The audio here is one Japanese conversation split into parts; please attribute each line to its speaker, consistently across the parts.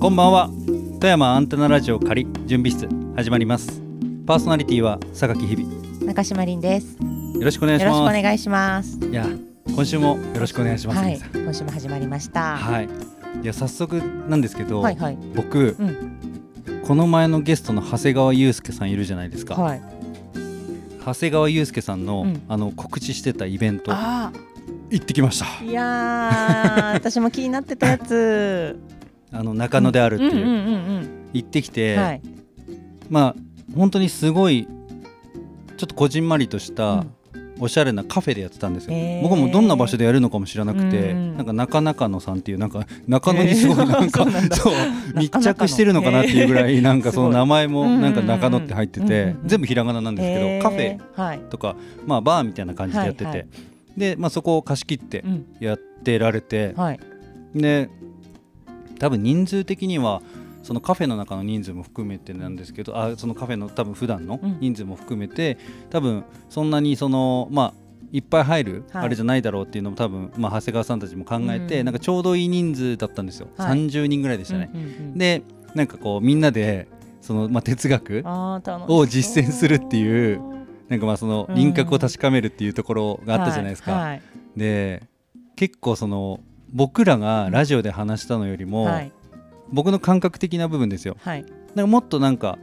Speaker 1: こんばんは富山アンテナラジオ仮準備室始まりますパーソナリティは榊日々よ
Speaker 2: 中島凛です。よ
Speaker 1: ろしくお願
Speaker 2: ろ
Speaker 1: い
Speaker 2: し
Speaker 1: し
Speaker 2: くお
Speaker 1: ます
Speaker 2: 願いします。
Speaker 1: いや今週もよろしくお願いします、
Speaker 2: はい、
Speaker 1: 皆さん
Speaker 2: 今週も始まりました。は
Speaker 1: はいいや早速なんですけど、
Speaker 2: いはい
Speaker 1: 僕、
Speaker 2: う
Speaker 1: この前のゲストの長谷川祐介さんいるじゃないですか、
Speaker 2: はい。
Speaker 1: 長谷川祐介さんの、
Speaker 2: うん
Speaker 1: あの告知してたイベント
Speaker 2: あ
Speaker 1: 行ってきました
Speaker 2: あ、いやー、 私も気になってたやつ。
Speaker 1: あの中野であるっ
Speaker 2: うん
Speaker 1: て
Speaker 2: う
Speaker 1: い
Speaker 2: ん
Speaker 1: う、
Speaker 2: うん
Speaker 1: 行ってき
Speaker 2: う
Speaker 1: て、
Speaker 2: ん。はい。
Speaker 1: まあ本当にすごいちょっとこじんまりとした、
Speaker 2: うん
Speaker 1: おしゃれなカフェでやってたんですよ、
Speaker 2: へー
Speaker 1: 僕もどんな場所でやるのかも知らなくて、
Speaker 2: うんうん
Speaker 1: なんか中中野さんっていうなんか中野にすごい
Speaker 2: へー
Speaker 1: なんか、
Speaker 2: そうなんだ
Speaker 1: そう密着してるのかなっていうぐらいなんかその名前もなんか中野って入って
Speaker 2: うんうん
Speaker 1: て
Speaker 2: うんうん
Speaker 1: 全部ひらがななんですけど、
Speaker 2: えー
Speaker 1: カフェ。
Speaker 2: はい。
Speaker 1: とか、まあ、バーみたいな感じでやってて、
Speaker 2: はいはい
Speaker 1: で、まあ、そこを貸し切って
Speaker 2: うん。
Speaker 1: やってられて、
Speaker 2: はい。
Speaker 1: で多分人数的にはそのカフェの中の人数も含めてなんですけどあそのカフェの多分普段の
Speaker 2: うん
Speaker 1: 人数も含めて、多分そんなにそのまあいっぱい入る、
Speaker 2: はい
Speaker 1: あれじゃないだろうっていうのも多分、まあ、長谷川さんたちも考えて、
Speaker 2: うん
Speaker 1: なんかちょうどいい人数だったんですよ、
Speaker 2: はい
Speaker 1: 30人ぐらいでしたね。
Speaker 2: うんうんうん。
Speaker 1: でなんかこうみんなでその、まあ、哲学
Speaker 2: あー楽しそう
Speaker 1: を実践するっていうなんかまあその
Speaker 2: うん
Speaker 1: 輪郭を確かめるっていうところがあったじゃないですか。
Speaker 2: はい。
Speaker 1: で結構その僕らがラジオで話したのよりも、
Speaker 2: はい。
Speaker 1: 僕の感覚的な部分ですよ
Speaker 2: はい。
Speaker 1: なんかもっとなんか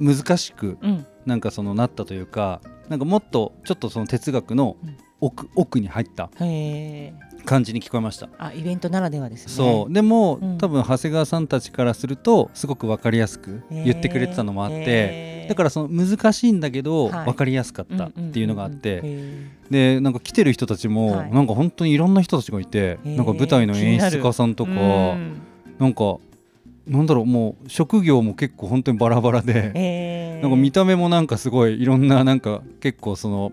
Speaker 1: 難しく
Speaker 2: うん。
Speaker 1: なんかそのなったというかなんかもっとちょっとその哲学の
Speaker 2: うん
Speaker 1: 奥奥に入った
Speaker 2: へえ。
Speaker 1: 感じに聞こえました、
Speaker 2: あ、イベントならではですね。
Speaker 1: そうでも、
Speaker 2: うん
Speaker 1: 多分長谷川さんたちからするとすごく分かりやすく
Speaker 2: へー
Speaker 1: 言ってくれてたのもあって、
Speaker 2: へー
Speaker 1: だからその難しいんだけど、
Speaker 2: はい
Speaker 1: 分かりやすかったっていうのがあって、
Speaker 2: うんうんうんうんへー
Speaker 1: でなんか来てる人たちも、
Speaker 2: はい
Speaker 1: なんか本当にいろんな人たちがいて、
Speaker 2: へー
Speaker 1: なんか舞台の演出家さんとかな
Speaker 2: うん
Speaker 1: んかなんだろうもう職業も結構本当にバラバラで、
Speaker 2: へー
Speaker 1: なんか見た目もなんかすごいいろんななんか結構その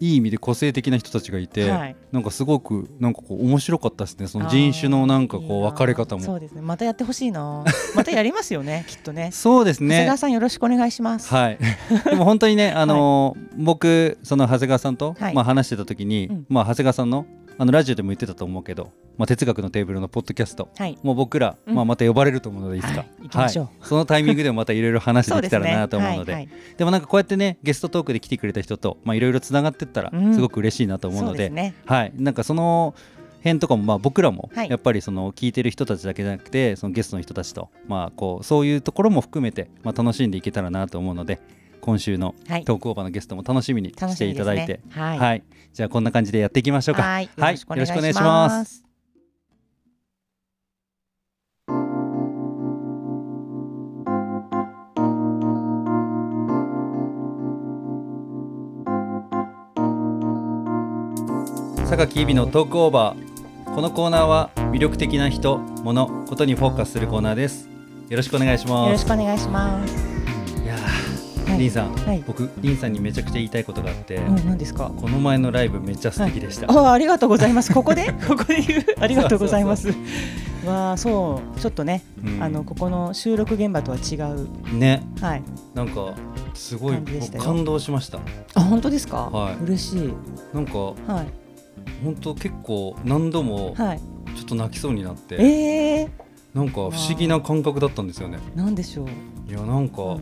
Speaker 1: いい意味で個性的な人たちがいて、
Speaker 2: はい
Speaker 1: なんかすごくなんかこう面白かったですねその人種のなんか
Speaker 2: あーい
Speaker 1: こう
Speaker 2: いな
Speaker 1: 分かれ方も
Speaker 2: そ
Speaker 1: そう
Speaker 2: うですねまたやってほし いなまたやりますよねきっとね
Speaker 1: です
Speaker 2: 長谷
Speaker 1: ね
Speaker 2: 川さんよろしくお願いしますい、
Speaker 1: はい、 でも本当にね、あのー僕その長谷川さんと、
Speaker 2: はい
Speaker 1: まあ、話してた時に、
Speaker 2: うん
Speaker 1: まあ、長谷川さんのあのラジオでも言ってたと思うけど、まあ、哲学のテーブルのポッドキャスト
Speaker 2: はい、
Speaker 1: もう僕ら、
Speaker 2: うん
Speaker 1: まあ、また呼ばれると思うのでいつか、
Speaker 2: はい行きましょう
Speaker 1: そのタイミングでもまたいろいろ話できたらなと思うのでで,、
Speaker 2: はいはい
Speaker 1: もなんかこうやってねゲストトークで来てくれた人とまあいろいろつながってったら
Speaker 2: うん
Speaker 1: すごく嬉しいなと思う
Speaker 2: そ
Speaker 1: の
Speaker 2: う
Speaker 1: で,、
Speaker 2: ですね
Speaker 1: はい、なんかその辺とかもまあ僕らも
Speaker 2: はい
Speaker 1: やっぱりその聞いてる人たちだけじゃなくてそのゲストの人たちとまあこうそういうところも含めてまあ楽しんでいけたらなと思うので今週の
Speaker 2: はい
Speaker 1: トークオーバーのゲストも楽しみに
Speaker 2: 楽
Speaker 1: し
Speaker 2: してみ
Speaker 1: い
Speaker 2: で
Speaker 1: た
Speaker 2: す
Speaker 1: だ
Speaker 2: ね
Speaker 1: いて、
Speaker 2: は
Speaker 1: はいい、じゃあこんな感じでやっていきましょうか。
Speaker 2: はい
Speaker 1: はい
Speaker 2: よろしくお願いし
Speaker 1: よろ
Speaker 2: ま
Speaker 1: し
Speaker 2: す
Speaker 1: 榊日比のトークオーバーこのコーナーは魅力的な人物ことにフォーカスするコーナーですよろしくお願いし
Speaker 2: よ
Speaker 1: ま
Speaker 2: ろし
Speaker 1: す
Speaker 2: くお願いします
Speaker 1: いやー、
Speaker 2: はい
Speaker 1: リンさん、
Speaker 2: はい
Speaker 1: 僕リンさんにめちゃくちゃ言いたいことがあって、
Speaker 2: うん何ですか
Speaker 1: この前のライブめっちゃ素敵でした、
Speaker 2: ああありがとうございますこ こでここで言うありがとうございます
Speaker 1: そ
Speaker 2: わあそうちょっとね、
Speaker 1: うん
Speaker 2: あのここの収録現場とは違う
Speaker 1: ね
Speaker 2: はい
Speaker 1: なんかすごい
Speaker 2: 感じでしたよ
Speaker 1: 僕感動しました
Speaker 2: あ本当ですか、
Speaker 1: はい
Speaker 2: 嬉しい
Speaker 1: なんか
Speaker 2: はい
Speaker 1: 本当結構何度も
Speaker 2: はい
Speaker 1: ちょっと泣きそうになって、
Speaker 2: ええ
Speaker 1: なんか不思議な感覚だったんですよね
Speaker 2: ー、なんでしょう、
Speaker 1: いやなんか、
Speaker 2: うん
Speaker 1: う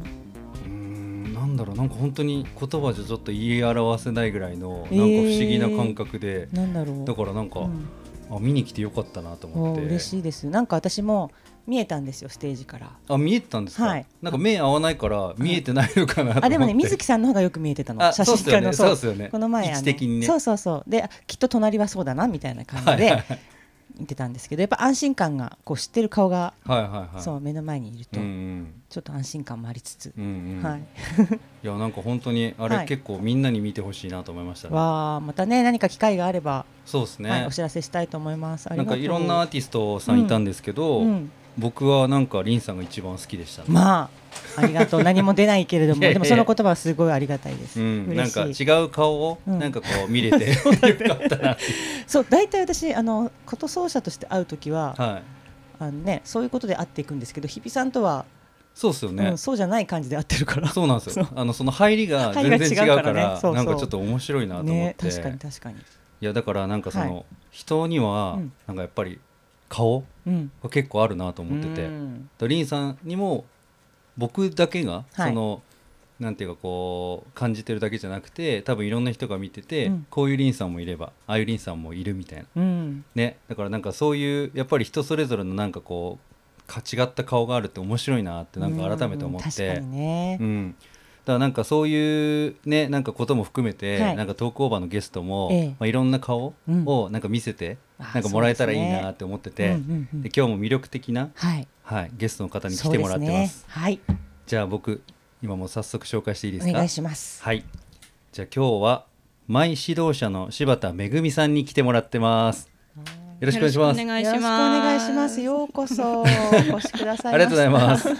Speaker 1: ーんなんだろうなんか本当に言葉じゃちょっと言い表せないぐらいのなんか不
Speaker 2: えー
Speaker 1: 思議な感覚で、
Speaker 2: なんだろう
Speaker 1: だからなんか、
Speaker 2: うん
Speaker 1: あ見に来てよかったなと思
Speaker 2: お
Speaker 1: って
Speaker 2: 嬉しいですなんか私も見えたんですよステージから
Speaker 1: あ見えてたんですか、
Speaker 2: はい
Speaker 1: なんか目合わないから見えてないのかなと思って、
Speaker 2: あでもね水木さんの方がよく見えてたの
Speaker 1: あ
Speaker 2: 写真家の
Speaker 1: そう
Speaker 2: そ
Speaker 1: ですよねそうで
Speaker 2: う
Speaker 1: すよね
Speaker 2: この前
Speaker 1: 位
Speaker 2: あ
Speaker 1: 置
Speaker 2: の
Speaker 1: 的にね
Speaker 2: そうそうそうであきっと隣はそうだなみたいな感
Speaker 1: は
Speaker 2: じ
Speaker 1: いはい
Speaker 2: で見てたんですけどやっぱ安心感がこう知ってる顔が、
Speaker 1: はいはいはい
Speaker 2: そう目の前にいると、
Speaker 1: うん
Speaker 2: ちょっと安心感もありつつ、
Speaker 1: うんうんうん
Speaker 2: はい
Speaker 1: いやなんか本当にあれ、
Speaker 2: はい
Speaker 1: 結構みんなに見てほしいなと思いましたね
Speaker 2: わあまたね何か機会があれば、
Speaker 1: そうですね、
Speaker 2: はい、お知らせしたいと思いますあり
Speaker 1: な
Speaker 2: が
Speaker 1: ん
Speaker 2: と
Speaker 1: か
Speaker 2: う
Speaker 1: いろんなアーティストさんいたんですけど、
Speaker 2: うん、
Speaker 1: 僕はなんかリンさんが一番好きでしたね、
Speaker 2: まあありがとう何も出ないけれども
Speaker 1: いやいや
Speaker 2: でもその言葉はすごいありがたいです、
Speaker 1: うん、な
Speaker 2: 嬉
Speaker 1: ん
Speaker 2: し
Speaker 1: か
Speaker 2: い
Speaker 1: 違う顔を
Speaker 2: うん
Speaker 1: なんかこう見れ て、よかったなって
Speaker 2: そう大体私あの琴奏者として会う時は、
Speaker 1: はい
Speaker 2: あのねそういうことで会っていくんですけど日比さんとは、
Speaker 1: そうですよね、
Speaker 2: うん、そうじゃない感じで会ってるから
Speaker 1: そうなんですよあのその入りが
Speaker 2: 入
Speaker 1: 全然
Speaker 2: りが
Speaker 1: 違うか
Speaker 2: 違うから
Speaker 1: ら
Speaker 2: ねそうそう
Speaker 1: なんかちょっと面白いなと思って、
Speaker 2: ね確かに確かに
Speaker 1: いやだからなんかその、
Speaker 2: は
Speaker 1: 人には
Speaker 2: うん
Speaker 1: なんかやっぱり顔
Speaker 2: うん、
Speaker 1: が結構あるなと思ってて、
Speaker 2: うん
Speaker 1: とリンさんにも僕だけが、
Speaker 2: はい
Speaker 1: そのなんていうかこう感じてるだけじゃなくて多分いろんな人が見てて、
Speaker 2: うん
Speaker 1: こういうリンさんもいればああいうリンさんもいるみたいな
Speaker 2: うん
Speaker 1: ねだからなんかそういうやっぱり人それぞれのなんかこうか違った顔があるって面白いなってなんか改めて思って。
Speaker 2: うん確かにね
Speaker 1: う、ん、だからなんかそういうねなんかことも含めて、
Speaker 2: はい
Speaker 1: なんか投稿場のゲストも、
Speaker 2: ええ
Speaker 1: まあ、いろんな顔
Speaker 2: うん
Speaker 1: をなんか見せて、
Speaker 2: あ
Speaker 1: なんかもらえたらいい
Speaker 2: そうです
Speaker 1: な
Speaker 2: ね
Speaker 1: って思っててで、
Speaker 2: うんうんうん
Speaker 1: 今日も魅力的な、
Speaker 2: はい
Speaker 1: はい、ゲストの方に来
Speaker 2: そう
Speaker 1: て
Speaker 2: で
Speaker 1: もらってます
Speaker 2: ね、はい
Speaker 1: じゃあ僕今もう早速紹介していいです
Speaker 2: お
Speaker 1: か
Speaker 2: 願いします
Speaker 1: はいじゃあ今日はマイ指導者の柴田めぐみさんに来てもらってますよろしくお願いします
Speaker 3: よ
Speaker 2: よ
Speaker 3: ろ願
Speaker 2: ろ
Speaker 3: い
Speaker 2: しくお
Speaker 3: し
Speaker 2: 願いしますようこそお越しくださ い
Speaker 1: ありがとうございます
Speaker 3: あ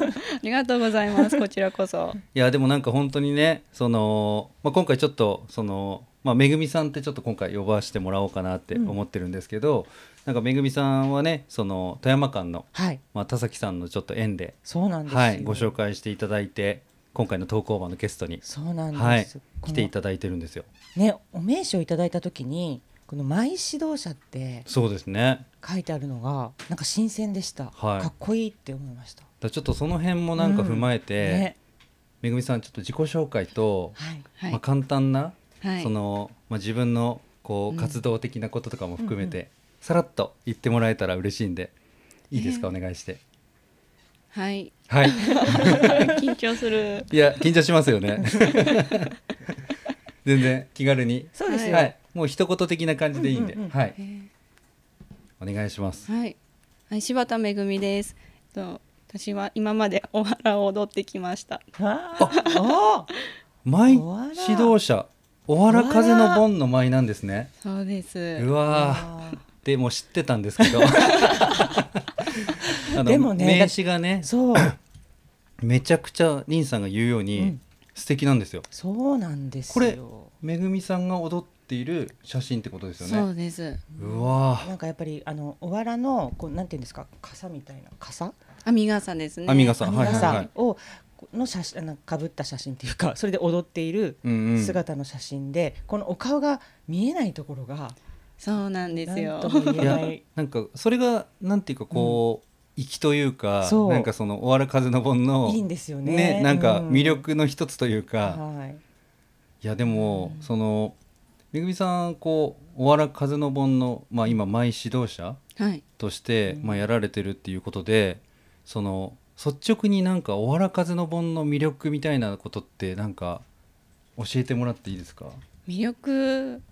Speaker 3: りがとうございます。こちら こそ。
Speaker 1: いやでもなんか本当にねその、まあ、今回ちょっとその、まあ、めぐみさんってちょっと今回呼ばしてもらおうかなって思ってるんですけど、なんかめぐみさんはねその富山間の、
Speaker 2: はい
Speaker 1: まあ、田崎さんのちょっと縁で、
Speaker 2: そうなんですよ、
Speaker 1: はい、ご紹介していただいて今回の投稿版のゲストに、
Speaker 2: そうなんです、
Speaker 1: はい、来
Speaker 2: この
Speaker 1: ていただいてるんですよ。
Speaker 2: ねお名刺をいただいた時にこのマイ指導者って
Speaker 1: そうですね
Speaker 2: 書いてあるのがなんか新鮮でした、
Speaker 1: はい
Speaker 2: かっこいいって思いました、
Speaker 1: だからちょっとその辺もなんか踏まえて、
Speaker 2: ね
Speaker 1: めぐみさんちょっと自己紹介と、
Speaker 2: はい
Speaker 3: はい
Speaker 1: まあ、簡単な、
Speaker 3: はい
Speaker 1: その、まあ、自分のこう
Speaker 3: う
Speaker 1: ん活動的なこととかも含めて、
Speaker 2: うん
Speaker 1: さらっと言ってもらえたら嬉しいんでいいですか、
Speaker 3: え
Speaker 1: お願いして
Speaker 3: はい。
Speaker 1: はい
Speaker 3: 緊張する。
Speaker 1: いや緊張しますよ ね全然気軽に
Speaker 2: そうですよ、
Speaker 1: はいもう一言的な感じでいいんで、
Speaker 2: うんうんうん
Speaker 1: はい
Speaker 3: えー
Speaker 1: お願いします
Speaker 3: はい。はい、柴田めぐみです。えっと私は今までお原を踊ってきました。
Speaker 2: ああ
Speaker 1: 舞
Speaker 2: おわら
Speaker 1: 指導者おわら風の盆の舞なんですね
Speaker 3: そうです。
Speaker 1: う
Speaker 2: あ
Speaker 1: わー
Speaker 2: あ
Speaker 1: でも知ってたんですけど あの
Speaker 2: でもね
Speaker 1: 名刺がね
Speaker 2: そう
Speaker 1: めちゃくちゃリンさんが言うように、
Speaker 2: うん
Speaker 1: 素敵なんですよ
Speaker 2: そうなんですよ
Speaker 1: これめぐみさんが踊っている写真ってことですよ
Speaker 3: そ
Speaker 1: ね
Speaker 3: うです。
Speaker 1: うわ
Speaker 2: なんかやっぱりあのおわらのこうなんていうんですか傘みたいな傘
Speaker 3: 編み傘ですね。
Speaker 1: 編み傘
Speaker 2: 編み
Speaker 1: はいはいは
Speaker 2: 傘
Speaker 1: い
Speaker 2: をの写真なんか被った写真っていうかそれで踊っている
Speaker 1: ーうんうん
Speaker 2: 姿の写真で、このお顔が見えないところが
Speaker 3: そうなんです
Speaker 2: 何
Speaker 3: よ
Speaker 2: と。も
Speaker 1: い
Speaker 2: 言え
Speaker 1: や
Speaker 2: ない
Speaker 1: なんかそれがなんていうかこう、粋というか
Speaker 2: そう
Speaker 1: なんかその「おわら風の盆の」
Speaker 2: いいんですよね
Speaker 1: ねなんか
Speaker 2: う
Speaker 1: 魅力の一つというか、
Speaker 2: はい
Speaker 1: いやでも、そのめぐみさんこう「おわら風の盆の」まあ、今舞指導者
Speaker 3: はい。
Speaker 1: として、
Speaker 2: うん
Speaker 1: まあ、やられてるっていうことでその率直になんか「おわら風の盆」の魅力みたいなことってなんか教えてもらっていいですか
Speaker 3: 魅力。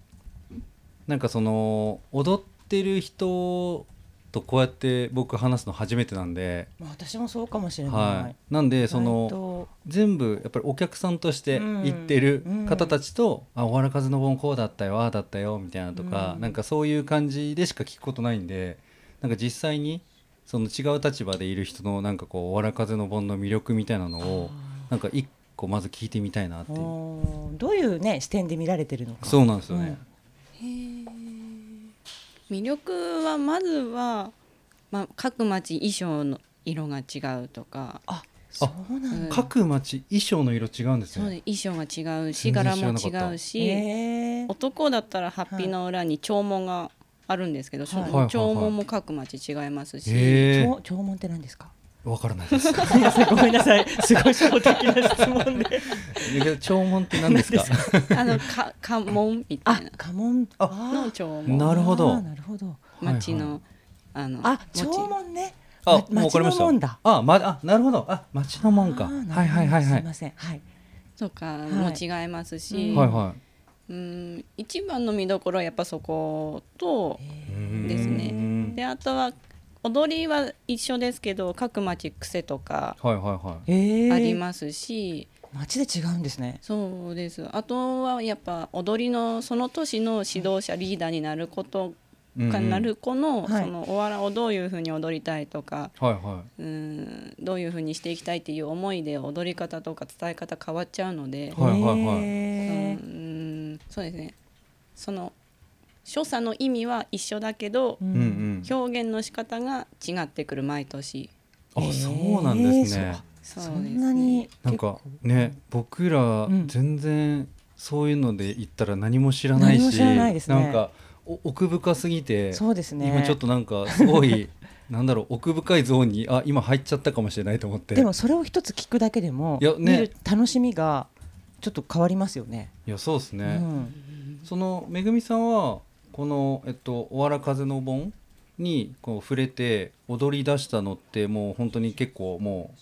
Speaker 1: なんかその踊ってる人とこうやって僕話すの初めてなんで、
Speaker 2: まあ、私もそうかもしれない、
Speaker 1: はい、なんでそ
Speaker 2: 割
Speaker 1: の
Speaker 2: と
Speaker 1: 全部やっぱりお客さんとして行ってる
Speaker 2: うん
Speaker 1: 方たちと「あおわら風の盆こうだったよああだったよ」みたいなとか、
Speaker 2: うん
Speaker 1: なんかそういう感じでしか聞くことないんでなんか実際にその違う立場でいる人のなんかこう「おわら風の盆」の魅力みたいなのをなんか一個まず聞いてみたいなって
Speaker 2: あ
Speaker 1: いう
Speaker 2: ーどういうね視点で見られてるのか
Speaker 1: そうなんですよね。
Speaker 3: へー魅力はまずは、まあ、各町衣装の色が違うとか、
Speaker 2: あそうなんだ、
Speaker 1: 各町衣装の色違うんです
Speaker 3: そう
Speaker 1: ね。
Speaker 3: ね衣装が違うし
Speaker 1: 全然
Speaker 3: 柄
Speaker 1: 知らな
Speaker 3: も
Speaker 1: かった
Speaker 3: 違うし、
Speaker 2: えー
Speaker 3: 男だったらハッピーの裏に弔問があるんですけど、そ
Speaker 2: はい
Speaker 1: はいはいは
Speaker 3: の
Speaker 1: い
Speaker 3: 弔問も各町違いますし、
Speaker 1: へえ
Speaker 2: 弔弔問って何ですか
Speaker 1: わからないです。
Speaker 2: すいませんごめんなさいすごい初歩的な質問 で
Speaker 1: 弔問って何ですか。
Speaker 3: あのか家紋みた
Speaker 2: あ
Speaker 3: いな
Speaker 2: 家紋
Speaker 3: の
Speaker 2: あ
Speaker 3: 弔問
Speaker 1: なるほど
Speaker 2: あーなるほど
Speaker 3: 町の、
Speaker 1: はいは
Speaker 3: あの
Speaker 2: あ
Speaker 3: 餅
Speaker 2: 弔問ね
Speaker 1: あ、も
Speaker 2: ま
Speaker 1: うわかりまし
Speaker 2: 町の門だ
Speaker 1: た。あ、まあ、なるほど。あ、町の門か。
Speaker 2: あーなるほど
Speaker 1: はいはいはいは
Speaker 2: すい
Speaker 1: い。
Speaker 2: ませんはい
Speaker 3: とかも
Speaker 2: はい
Speaker 3: 違いますし、
Speaker 2: せん
Speaker 1: はいは
Speaker 3: うん一番の見どころはやっぱそこと
Speaker 1: い。
Speaker 3: ですね
Speaker 1: ね
Speaker 3: であとは踊りは一緒ですけど各町癖とか
Speaker 1: はいはいは
Speaker 2: えー
Speaker 3: ありますし、
Speaker 2: 町で違うんですね
Speaker 3: そうですあとはやっぱ踊りのその年の指導者リーダーになること
Speaker 1: い。うんう
Speaker 3: か
Speaker 1: ん
Speaker 3: な。る子の,、
Speaker 2: はい
Speaker 3: そのおわらをどういうふうに踊りたいとか
Speaker 1: はいは
Speaker 3: うんどういうふうにしていきたいっていう思いで踊り方とか伝え方変わっちゃうので、
Speaker 1: はいはいはい
Speaker 2: え
Speaker 3: う
Speaker 2: ー
Speaker 3: んそうですねその所作の意味は一緒だけど、
Speaker 2: う
Speaker 1: い。
Speaker 2: ん
Speaker 1: うん
Speaker 3: 表現の仕方が違ってくる毎年。
Speaker 1: うん。あ、そうなんですね。
Speaker 3: そ
Speaker 2: そ
Speaker 3: うん
Speaker 2: なに
Speaker 1: なんかね、僕ら
Speaker 2: うん
Speaker 1: 全然そういうので言ったら何も知らない
Speaker 2: 何も
Speaker 1: し、
Speaker 2: 知らないですね
Speaker 1: んか。お奥深すぎて
Speaker 2: そうですね
Speaker 1: 今ちょっとなんかすごいなんだろう奥深いゾーンにあ今入っちゃったかもしれないと思って
Speaker 2: でもそれを一つ聞くだけでも、
Speaker 1: いやね
Speaker 2: 見る楽しみがちょっと変わりますよね。
Speaker 1: いやそうです
Speaker 2: う
Speaker 1: ね、
Speaker 2: ん、
Speaker 1: そのめぐみさんはこの「えっと、おわら風の盆」にこう触れて踊り出したのってもう本当に結構も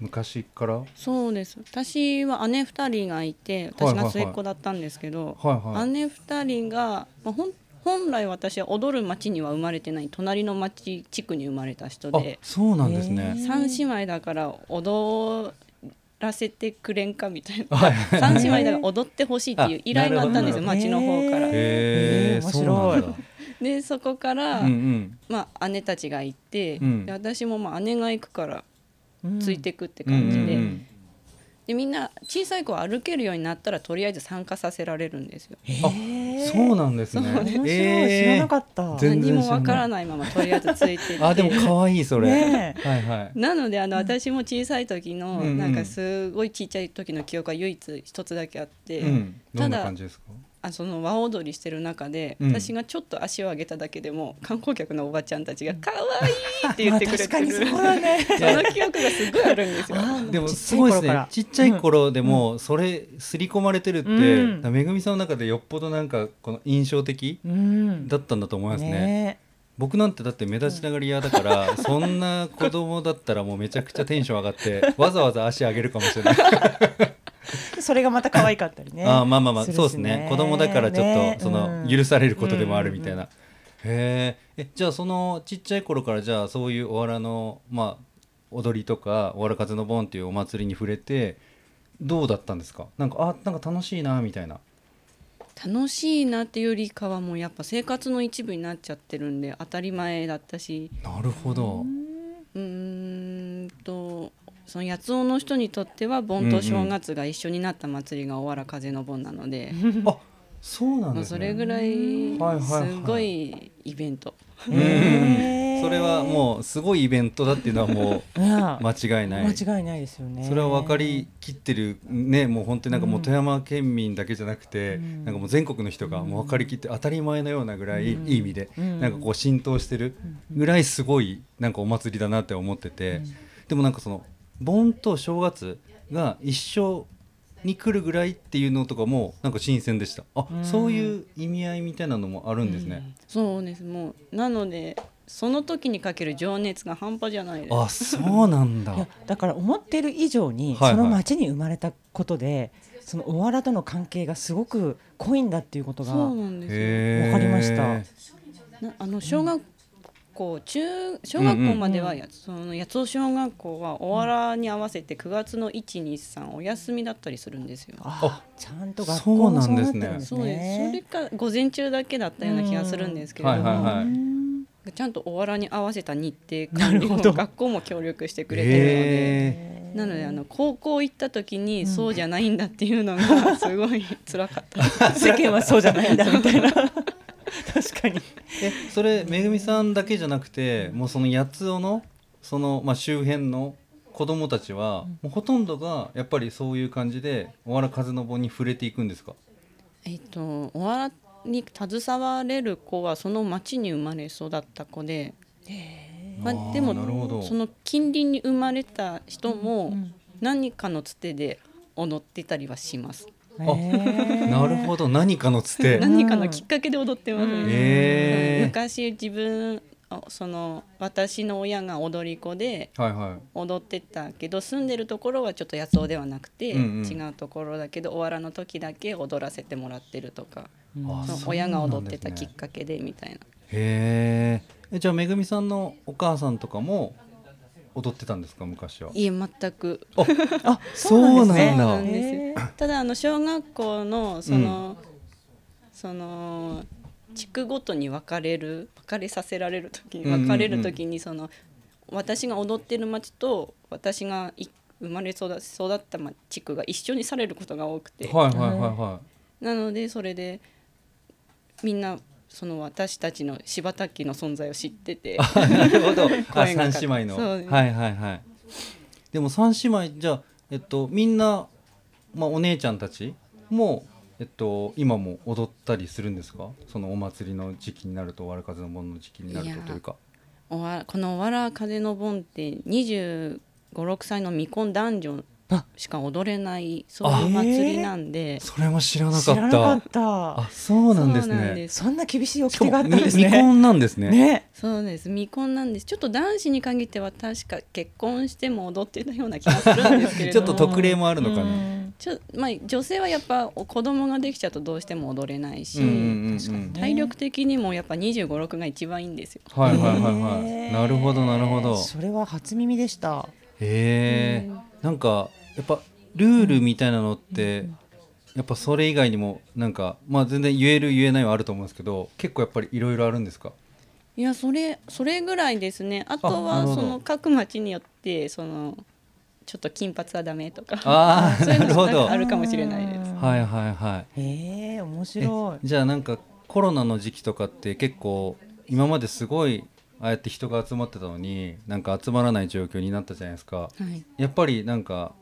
Speaker 1: う昔からはい
Speaker 3: そうです私は姉2人がいて
Speaker 1: はいはい
Speaker 3: 私が末っ子だったんですけど、
Speaker 1: はい
Speaker 3: 姉2人が、まあ、ほん本来私は踊る町には生まれてない隣の町地区に生まれた人
Speaker 1: あ
Speaker 3: で
Speaker 1: そうなんですね、
Speaker 3: 三姉妹だから踊らせてくれんかみたいな
Speaker 1: はい
Speaker 3: 三姉妹だから踊ってほしいっていう依頼があったんですよ
Speaker 1: あ
Speaker 3: 町の方から。
Speaker 1: へ
Speaker 2: へ
Speaker 1: え
Speaker 2: ー面
Speaker 1: そ
Speaker 2: 白いう
Speaker 1: なんだ
Speaker 3: でそこから、
Speaker 1: うんうん
Speaker 3: まあ、姉たちがいて、
Speaker 1: うん
Speaker 3: で私もまあ姉が行くからついてくって
Speaker 1: うんうん
Speaker 3: 感じで,、
Speaker 1: うん
Speaker 3: でみんな小さい子は歩けるようになったらとりあえず参加させられるんですよ。
Speaker 2: へー
Speaker 1: そうなんですね
Speaker 3: そう
Speaker 2: 面白い、
Speaker 1: えー
Speaker 2: 知らなかった。
Speaker 1: 全然
Speaker 3: 何も
Speaker 1: 知らない
Speaker 3: わからないままとりあえずついてって
Speaker 1: あでも可愛いそれ、
Speaker 2: ね
Speaker 1: はいはい
Speaker 3: なのであの私も小さい時の、
Speaker 1: うんうん
Speaker 3: なんかすごいちっちゃい時の記憶が唯一一つだけあって、
Speaker 1: うん、ど
Speaker 3: た
Speaker 1: んな
Speaker 3: だ
Speaker 1: 感じですか
Speaker 3: あその和踊りしてる中で、
Speaker 1: うん
Speaker 3: 私がちょっと足を上げただけでも観光客のおばちゃんたちが「可愛いって言って
Speaker 2: ま
Speaker 3: くれて
Speaker 2: あ確かに
Speaker 3: る、
Speaker 2: そうだね。
Speaker 3: その記憶がすごいあるんですよ。
Speaker 2: あー
Speaker 1: でも
Speaker 2: ちっ
Speaker 1: す
Speaker 2: ちゃ
Speaker 1: ごいです
Speaker 2: 頃か
Speaker 1: ね
Speaker 2: ら
Speaker 1: ちっちゃい頃でもそれ刷り込まれてるって、
Speaker 2: うん
Speaker 1: だからめぐみさんの中でよっぽどなんかこの印象的
Speaker 2: うん
Speaker 1: だったんだと思いますね
Speaker 2: ね
Speaker 1: 僕なんてだって目立ちながら嫌だから、そんな子供だったらもうめちゃくちゃテンション上がってわざわざ足上げるかもしれない
Speaker 2: えそれがまた可愛かったりね
Speaker 1: あーまあまあまあ
Speaker 2: するし
Speaker 1: そうですね子供だからちょっと、
Speaker 2: ね
Speaker 1: その
Speaker 2: うん
Speaker 1: 許されることでもあるみたい
Speaker 2: うん
Speaker 1: な、へーえじゃあそのちっちゃい頃からじゃあそういうおわらのまあ踊りとかおわら風の盆っていうお祭りに触れてどうだったんですかなんかあなんか楽しいなみたいな
Speaker 3: 楽しいなっていうよりかはもうやっぱ生活の一部になっちゃってるんで当たり前だったし
Speaker 1: なるほど、
Speaker 3: うーんとその八尾の人にとっては盆と正月が一緒になった祭りがおわら風の盆なので、
Speaker 1: あそうなん
Speaker 3: も
Speaker 1: で
Speaker 3: う
Speaker 1: す
Speaker 3: そ
Speaker 1: ね
Speaker 3: れぐらい
Speaker 1: はいはいはい
Speaker 3: すごいイベント。
Speaker 2: へー
Speaker 1: それはもうすごいイベントだっていうのはも
Speaker 2: いや
Speaker 1: う間違いない
Speaker 2: 間違いないですよね
Speaker 1: それは分かりきってるねもう本当になんかもう富山県民だけじゃなくて、
Speaker 2: うん
Speaker 1: なんかもう全国の人がもう分かりきって当たり前のようなぐらい、
Speaker 2: うん
Speaker 1: いい意味で、
Speaker 2: うん
Speaker 1: なんかこう浸透してるぐらいすごいなんかお祭りだなって思ってて、でもなんかその盆と正月が一緒に来るぐらいっていうのとかもなんか新鮮でしたあ、
Speaker 2: うん
Speaker 1: そういう意味合いみたいなのもあるんですね、
Speaker 3: そうですもうなのでその時にかける情熱が半端じゃないです
Speaker 1: あそうなんだ
Speaker 2: いやだから思ってる以上に
Speaker 1: はいはい
Speaker 2: その町に生まれたことで、そのおわらとの関係がすごく濃いんだっていうことが
Speaker 3: そうなんですよ
Speaker 1: へー
Speaker 2: わかりました
Speaker 3: なあの小学校、中小学校まではや、その八尾小学校はおわらに合わせて9月の123お休みだったりするんですよ。
Speaker 2: あちゃんと学校もそうなってるんです
Speaker 3: そうですそれ
Speaker 2: ね。
Speaker 3: か午前中だけだったような気がするんですけれども、
Speaker 1: はいはいはい
Speaker 2: うん
Speaker 3: ちゃんとおわらに合わせた日程管理
Speaker 2: なる
Speaker 3: も
Speaker 2: ほど
Speaker 3: 学校も協力してくれてるので。
Speaker 1: へー
Speaker 3: なのであの高校行った時にそうじゃないんだっていうの がすごい辛かったです
Speaker 2: 世間はそうじゃないんだみたいな確かに
Speaker 1: えそれめぐみさんだけじゃなくてもうその八尾のその、まあ、周辺の子供たちは、もうほとんどがやっぱりそういう感じでおわら風の盆に触れていくんですか
Speaker 3: えっとおわらに携われる子はその町に生まれ育った子で、ま
Speaker 1: あー
Speaker 3: あ、でも
Speaker 1: なるほど
Speaker 3: その近隣に生まれた人も何かのつてで踊ってたりはします、
Speaker 1: なるほど何かのつてへ
Speaker 3: 何かのきっかけで踊ってますね、うん
Speaker 1: え
Speaker 3: 昔自分あその私の親が踊り子で
Speaker 1: はいはい
Speaker 3: 踊ってたけど住んでるところはちょっと八尾ではなくて、
Speaker 1: うんうん
Speaker 3: 違うところだけどおわらの時だけ踊らせてもらってるとか
Speaker 1: あ
Speaker 3: その
Speaker 1: そうな
Speaker 3: 親
Speaker 1: んですね
Speaker 3: が踊ってたきっかけでみたいな
Speaker 1: へーえじゃあめぐみさんのお母さんとかも踊ってたんですか昔はい
Speaker 3: え全く
Speaker 2: あ
Speaker 1: そうなん
Speaker 2: ね
Speaker 1: だ
Speaker 3: なんですよただあの小学校のその、その地区ごとに分かれる別れさせられる時に
Speaker 1: うんうんうん
Speaker 3: 別れる時にその私が踊ってる町と私がい生まれ育育ったま地区が一緒にされることが多くて、
Speaker 1: はいはいはいは
Speaker 3: なのでそれでみんなその私たちの柴田家の存在を知ってて
Speaker 1: いなるほどあ
Speaker 3: 声がか
Speaker 1: 三姉妹の
Speaker 3: そうです
Speaker 1: はいはいはいでも三姉妹じゃあえっとみんなまあお姉ちゃんたちもえっと、今も踊ったりするんですかそのお祭りの時期になるとわら風の盆の時期になる
Speaker 3: い
Speaker 1: と
Speaker 3: や
Speaker 1: というか
Speaker 3: おわこの「わら風の盆」って2 5六6歳の未婚男女しか踊れないそういうお祭りなんで、
Speaker 1: それも知らなか
Speaker 2: 知
Speaker 1: っ
Speaker 2: ら
Speaker 1: た
Speaker 2: なかった
Speaker 1: あそうなんです
Speaker 3: そうなんで
Speaker 1: ね
Speaker 3: す
Speaker 2: そんな厳しい
Speaker 1: し
Speaker 2: 掟
Speaker 1: か
Speaker 2: があ
Speaker 1: も
Speaker 2: ったんです
Speaker 1: 未
Speaker 2: ね
Speaker 1: 未婚なんですね
Speaker 2: ね
Speaker 3: そうです未婚なんですちょっと男子に限っては確か結婚しても踊ってたような気がするんですけ れ
Speaker 1: ち
Speaker 3: ど
Speaker 1: ょっ
Speaker 3: も
Speaker 1: と特例もあるのかな
Speaker 3: ちょまあ、女性はやっぱお子供ができちゃうとどうしても踊れないし、
Speaker 1: うんうんうん
Speaker 2: 確かにね
Speaker 3: 体力的にもやっぱ2 5六6が一番いいんですよ。
Speaker 1: はいはいはいはい、
Speaker 2: へー
Speaker 1: なるほどなるほど
Speaker 2: それは初耳でした
Speaker 1: へえ、なんかやっぱルールみたいなのって、やっぱそれ以外にもなんかまあ全然言える言えないはあると思うんですけど結構やっぱりいろいろあるんですか
Speaker 3: いやそれそれぐらいですねあと
Speaker 1: あな
Speaker 3: は
Speaker 1: るほど
Speaker 3: その各町によってそのちょっと金髪はダメとか
Speaker 1: ああ
Speaker 3: そうい
Speaker 1: な
Speaker 3: う
Speaker 1: る
Speaker 3: のも
Speaker 1: ほ
Speaker 3: なん
Speaker 1: ど
Speaker 3: かあるかもしれないです。
Speaker 1: はいはいはい
Speaker 2: へえ面
Speaker 1: え
Speaker 2: 白い
Speaker 1: じゃあなんかコロナの時期とかって結構今まですごいああやって人が集まってたのになんか集まらない状況になったじゃないですか
Speaker 3: はい、
Speaker 1: やっぱりなんか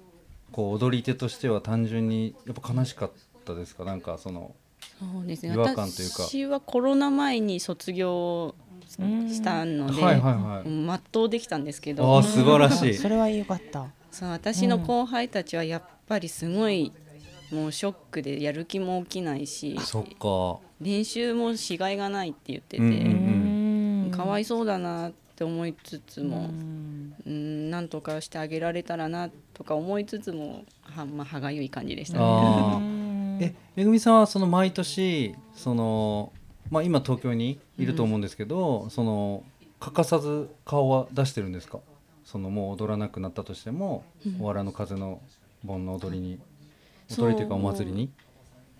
Speaker 1: こう踊り手としては単純にやっぱ悲しかったですかなんかその
Speaker 3: そうですね
Speaker 1: 違和感というか
Speaker 3: 私はコロナ前に卒業したので、
Speaker 1: はいはいはい
Speaker 3: 全うできたんですけ
Speaker 1: あ
Speaker 3: ど
Speaker 1: あ素晴らしい
Speaker 2: それは良かった
Speaker 3: その私の後輩たちはやっぱりすごいもうショックでやる気も起きないし
Speaker 1: そっか
Speaker 3: 練習もしがいがないって言ってて、
Speaker 1: うんうん
Speaker 3: かわいそうだなって思いつつも
Speaker 2: う、ん
Speaker 3: うん、なんとかしてあげられたらなとか思いつつもは,、まあ、歯がゆい感じでしたね。
Speaker 1: あーえめぐみさんはその毎年その、まあ、今東京にいると思うんですけど、その欠かさず顔は出してるんですかそのもう踊らなくなったとしても、おわらの風の盆の踊りに踊りというかお祭りに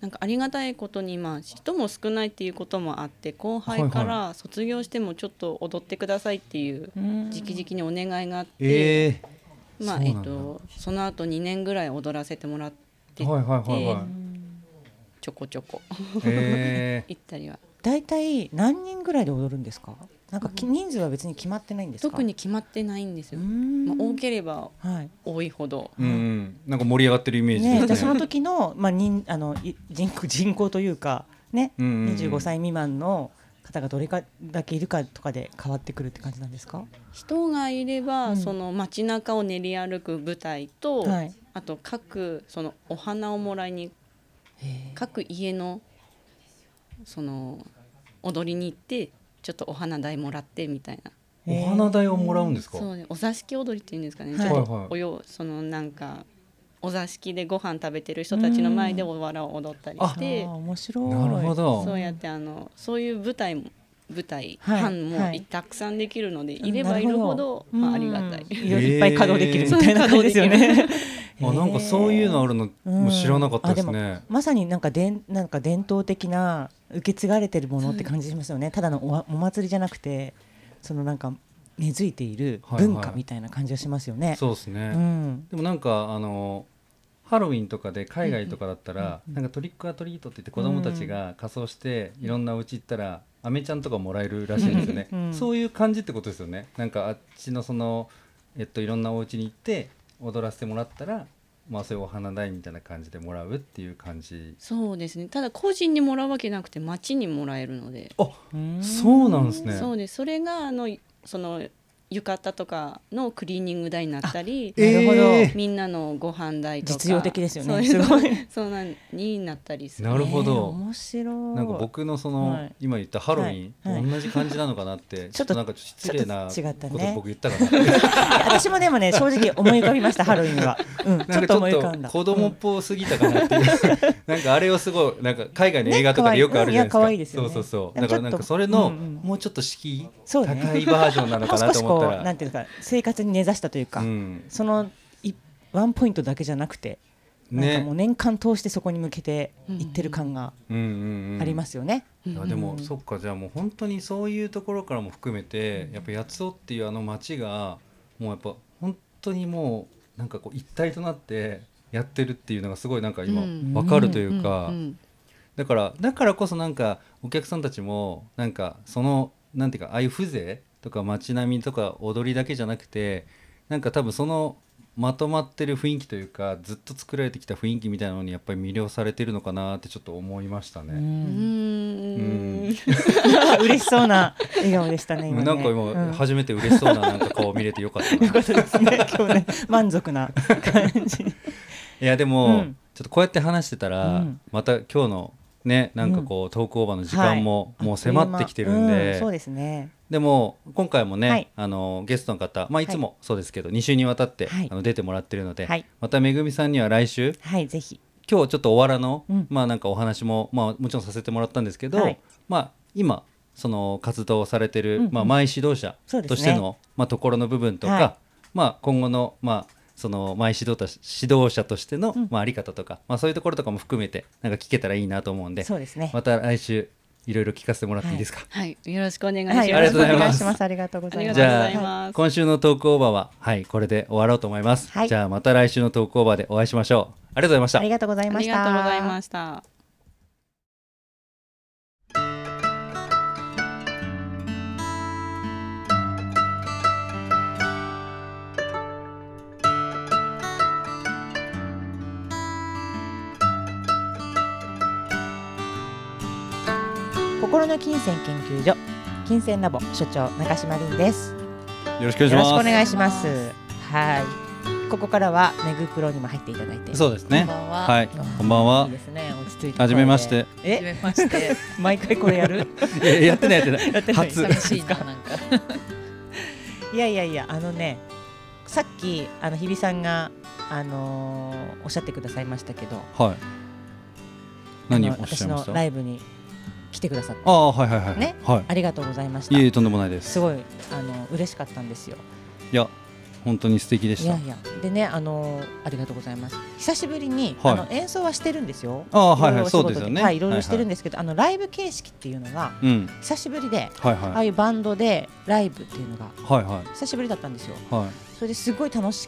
Speaker 3: なんかありがたいことに、まあ、人も少ないっていうこともあって後輩か
Speaker 1: は
Speaker 3: ら卒業してもちょっと踊ってくださいっていう直々にお願いがあって、
Speaker 1: えー、
Speaker 3: まあ
Speaker 1: そう
Speaker 3: え
Speaker 1: なん
Speaker 3: っ
Speaker 1: だ
Speaker 3: と、その後2年ぐらい踊らせてもらって
Speaker 1: はいはいはいはい
Speaker 3: ちょこちょこ
Speaker 1: え ー
Speaker 3: 行ったりは
Speaker 2: 大体何人ぐらいで踊るんですかなんかき人数は別に決まってないんですか
Speaker 3: 特に決まってないんです
Speaker 2: う
Speaker 3: よ、
Speaker 2: ん
Speaker 3: まあ、多ければ
Speaker 2: はい
Speaker 3: 多いほど、
Speaker 1: うんうん、なんか盛り上がってるイメージ
Speaker 2: ね、じゃ
Speaker 1: で
Speaker 2: あ
Speaker 1: す
Speaker 2: そ
Speaker 1: ね。
Speaker 2: の時の、まあ、人あのい人口人口というか、ね
Speaker 1: うんうんうん
Speaker 2: 25歳未満の方がどれかだけいるかとかで変わってくるって感じなんですか、
Speaker 3: 人がいれば、
Speaker 2: うん
Speaker 3: その街中を練り歩く舞台と、
Speaker 2: はい
Speaker 3: あと各そのお花をもらいに各家のその踊りに行ってちょっとお花代もらってみたいな
Speaker 1: お花代をもらうんですか。
Speaker 3: そうねお座敷踊りっていうんですかね、
Speaker 2: はい
Speaker 3: ちょっ
Speaker 1: はいはい
Speaker 3: とおよそのなんかお座敷でご飯食べてる人たちの前でおわらを踊ったり
Speaker 2: あ
Speaker 3: して
Speaker 2: ー面白い
Speaker 1: なるほど。
Speaker 3: そうやってあのそういう舞台も舞台、
Speaker 2: はい
Speaker 3: 班も
Speaker 2: はいい
Speaker 3: たくさんできるので、いればいるほど
Speaker 2: な
Speaker 3: まあ、あ
Speaker 2: る
Speaker 3: り
Speaker 2: ほど
Speaker 3: がたい、
Speaker 2: うんいろいろいっぱい稼働できるみたいな
Speaker 3: そ
Speaker 2: 感
Speaker 3: う
Speaker 2: じですよね。
Speaker 1: あなんかそういうのあるの、
Speaker 2: うん
Speaker 1: もう知らなかったです
Speaker 2: あ
Speaker 1: ね
Speaker 2: も。まさになんかでんなんか伝統的な受け継がれてるものって感じしますよね。ただのおわお祭りじゃなくて、そのなんか根付いている文
Speaker 1: はい
Speaker 2: 化
Speaker 1: はい
Speaker 2: みたいな感じがしますよね。
Speaker 1: そうですね。
Speaker 2: うん。
Speaker 1: でもなんかあのハロウィンとかで海外とかだったら、なんかトリックアトリートって言って子供たちが仮装して、いろんなお家行ったらアメちゃんとかもらえるらしいんですよね、
Speaker 2: うん
Speaker 1: そういう感じってことですよねなんかあっちのそのえっといろんなお家に行って踊らせてもらったらまあそういうお花代みたいな感じでもらうっていう感じ
Speaker 3: そうですねただ個人にもらうわけなくて町にもらえるので、
Speaker 1: あそうなんですね
Speaker 3: そうですそれがあのその浴衣とかのクリーニング代になったり、
Speaker 2: えなるほど
Speaker 1: えー
Speaker 3: みんなのご飯代とか
Speaker 2: 実用的ですよね
Speaker 3: そうう
Speaker 2: すごい
Speaker 3: そうなんになったりする
Speaker 1: なるほど
Speaker 2: えー面白い。
Speaker 1: なんか僕のその、
Speaker 2: はい
Speaker 1: 今言ったハロウィン、
Speaker 2: はいはい
Speaker 1: 同じ感じなのかなって
Speaker 2: ち
Speaker 1: ち
Speaker 2: ょ
Speaker 1: ょっ
Speaker 2: っと
Speaker 1: となんか失礼な
Speaker 2: ちょっと違ったね
Speaker 1: こと僕言ったかな
Speaker 2: 私もでもね正直思い浮かび ましたハロウィンは、うん、ち
Speaker 1: な
Speaker 2: ょ
Speaker 1: んか
Speaker 2: っと思い浮かんだ
Speaker 1: 子供っぽすぎたかなっていう なんかあれをすごいなんか海外の映画とかでよくあるじゃないですか,、
Speaker 2: ね可愛いうんいや可愛いですよね
Speaker 1: そうそうそう
Speaker 2: で
Speaker 1: だ
Speaker 2: もちょ
Speaker 1: か
Speaker 2: っと
Speaker 1: らなんかそれの、
Speaker 2: うんうん
Speaker 1: もうちょっと敷居
Speaker 2: そう
Speaker 1: 高
Speaker 2: ね
Speaker 1: いバージョンなの
Speaker 2: も
Speaker 1: か
Speaker 2: う
Speaker 1: な
Speaker 2: 少
Speaker 1: と
Speaker 2: し
Speaker 1: 思
Speaker 2: こ
Speaker 1: った
Speaker 2: う
Speaker 1: ら
Speaker 2: なんていうか生活に根ざしたというか、
Speaker 1: うん
Speaker 2: そのいワンポイントだけじゃなくて、なんかもう
Speaker 1: ね
Speaker 2: 年間通してそこに向けていってる感が
Speaker 1: うんうんうん
Speaker 2: ありますよね。
Speaker 1: いやでも、そっかじゃあもう本当にそういうところからも含めて、やっぱ八尾っていうあの町がもうやっぱ本当にもうなんかこう一体となってやってるっていうのがすごいなんか今
Speaker 3: うん
Speaker 1: わかるというか、
Speaker 3: んん
Speaker 1: だからだからこそなんかお客さんたちもなんかそのなんていうかああいう風情とか街並みとか踊りだけじゃなくてなんか多分そのまとまってる雰囲気というかずっと作られてきた雰囲気みたいなのにやっぱり魅了されてるのかなってちょっと思いました
Speaker 2: う
Speaker 1: ね。
Speaker 3: うんん。
Speaker 2: 嬉しそうな笑顔でしたね。今ね
Speaker 1: なんか今、
Speaker 2: うん
Speaker 1: 初めて嬉しそうななんか顔見れてよかった な
Speaker 2: よかったですね。今日ね、満足な感じ。
Speaker 1: いやでも、
Speaker 2: うん
Speaker 1: ちょっとこうやって話してたら、
Speaker 2: うん
Speaker 1: また今日のねなんかこう、トークオーバーの時間も、もう迫ってきてるんで、
Speaker 2: うそうですね。
Speaker 1: でも今回もね、
Speaker 2: はい
Speaker 1: あのゲストの方、まあ、いつもそうですけど、2週にわたって、
Speaker 2: はい
Speaker 1: あの出てもらってるので、
Speaker 2: はい
Speaker 1: まためぐみさんには来週
Speaker 2: はい、ぜひ。
Speaker 1: 今日ちょっとおわらの、
Speaker 2: うん
Speaker 1: まあなんかお話も、まあ、もちろんさせてもらったんですけど、
Speaker 2: はい
Speaker 1: まあ今その活動をされてる、
Speaker 2: うんうん
Speaker 1: まあ、前指導者
Speaker 2: そうです
Speaker 1: と
Speaker 2: ね
Speaker 1: しての、まあ、ところの部分とか、
Speaker 2: は
Speaker 1: まあ、今後の、まあ、その前指導者指導者としての、
Speaker 2: うん
Speaker 1: まあ、あり方とか、まあ、そういうところとかも含めてなんか聞けたらいいなと思うんで
Speaker 2: そうですね。
Speaker 1: また来週いろいろ聞かせてもらっていいですか。
Speaker 3: はい、よろしくお願いします。
Speaker 2: はい、
Speaker 1: ありがとうござい
Speaker 2: よろ
Speaker 1: ま
Speaker 2: し
Speaker 1: す
Speaker 2: くお願いします。ありがとうございます。
Speaker 1: じゃ
Speaker 3: ありがとうございます
Speaker 1: あ、今週のトークオーバーは、はい、これで終わろうと思います。
Speaker 2: はい
Speaker 1: じゃあ、また来週のトークオーバーでお会いしましょう。ありがとうございました
Speaker 2: あり。がとうござい
Speaker 3: あ
Speaker 2: まし
Speaker 3: り
Speaker 2: た。
Speaker 3: がとうございました。
Speaker 2: 心の金銭研究所金銭ラボ所長中島凛です
Speaker 1: よろしくお願いしま
Speaker 2: よろ
Speaker 1: す。
Speaker 2: しくお願いしますはいここからはメグプロにも入っていただいて
Speaker 1: そうですね
Speaker 4: こん。ばんは。
Speaker 1: はい、こんばん
Speaker 2: い。
Speaker 1: はい
Speaker 2: ですね落ち着いて
Speaker 1: はじめまして。
Speaker 4: はじ
Speaker 2: え
Speaker 4: め まして。
Speaker 2: 毎回これやる
Speaker 1: いややってないやってない。
Speaker 2: やってない
Speaker 1: 初
Speaker 4: 寂しいななんか。
Speaker 2: いやいやいやあのねさっきあの日比さんがあのーおっしゃってくださいましたけど
Speaker 1: はい。何
Speaker 2: あ
Speaker 1: を
Speaker 2: の
Speaker 1: おっしゃ
Speaker 2: 私
Speaker 1: いま
Speaker 2: の
Speaker 1: した。
Speaker 2: ライブに来てくださって
Speaker 1: ああ、はいはいはい。
Speaker 2: ね
Speaker 1: は
Speaker 2: ありがとうございまし
Speaker 1: い。いえいえ、
Speaker 2: た
Speaker 1: とんでもないです。
Speaker 2: すごいあの嬉しかったんですよ
Speaker 1: いや、本当に素敵でし
Speaker 2: い
Speaker 1: た
Speaker 2: や。いやでねあのーありがとうございます久しぶりに、
Speaker 1: はい
Speaker 2: あの演奏はしてるんですよ
Speaker 1: ああ、はいはい、
Speaker 2: ろ
Speaker 1: そ
Speaker 2: ろ
Speaker 1: うですよね。
Speaker 2: はいいろいろしてるん
Speaker 1: で。
Speaker 2: ですけど、あのライブ形式っていうのが
Speaker 1: うん、
Speaker 2: 久しぶりで
Speaker 1: はい
Speaker 2: ああ
Speaker 1: はい。
Speaker 2: いうバンドでライブっていうのが
Speaker 1: はいは
Speaker 2: 久しぶりだったんですよ
Speaker 1: い。はい。
Speaker 2: それですごい楽し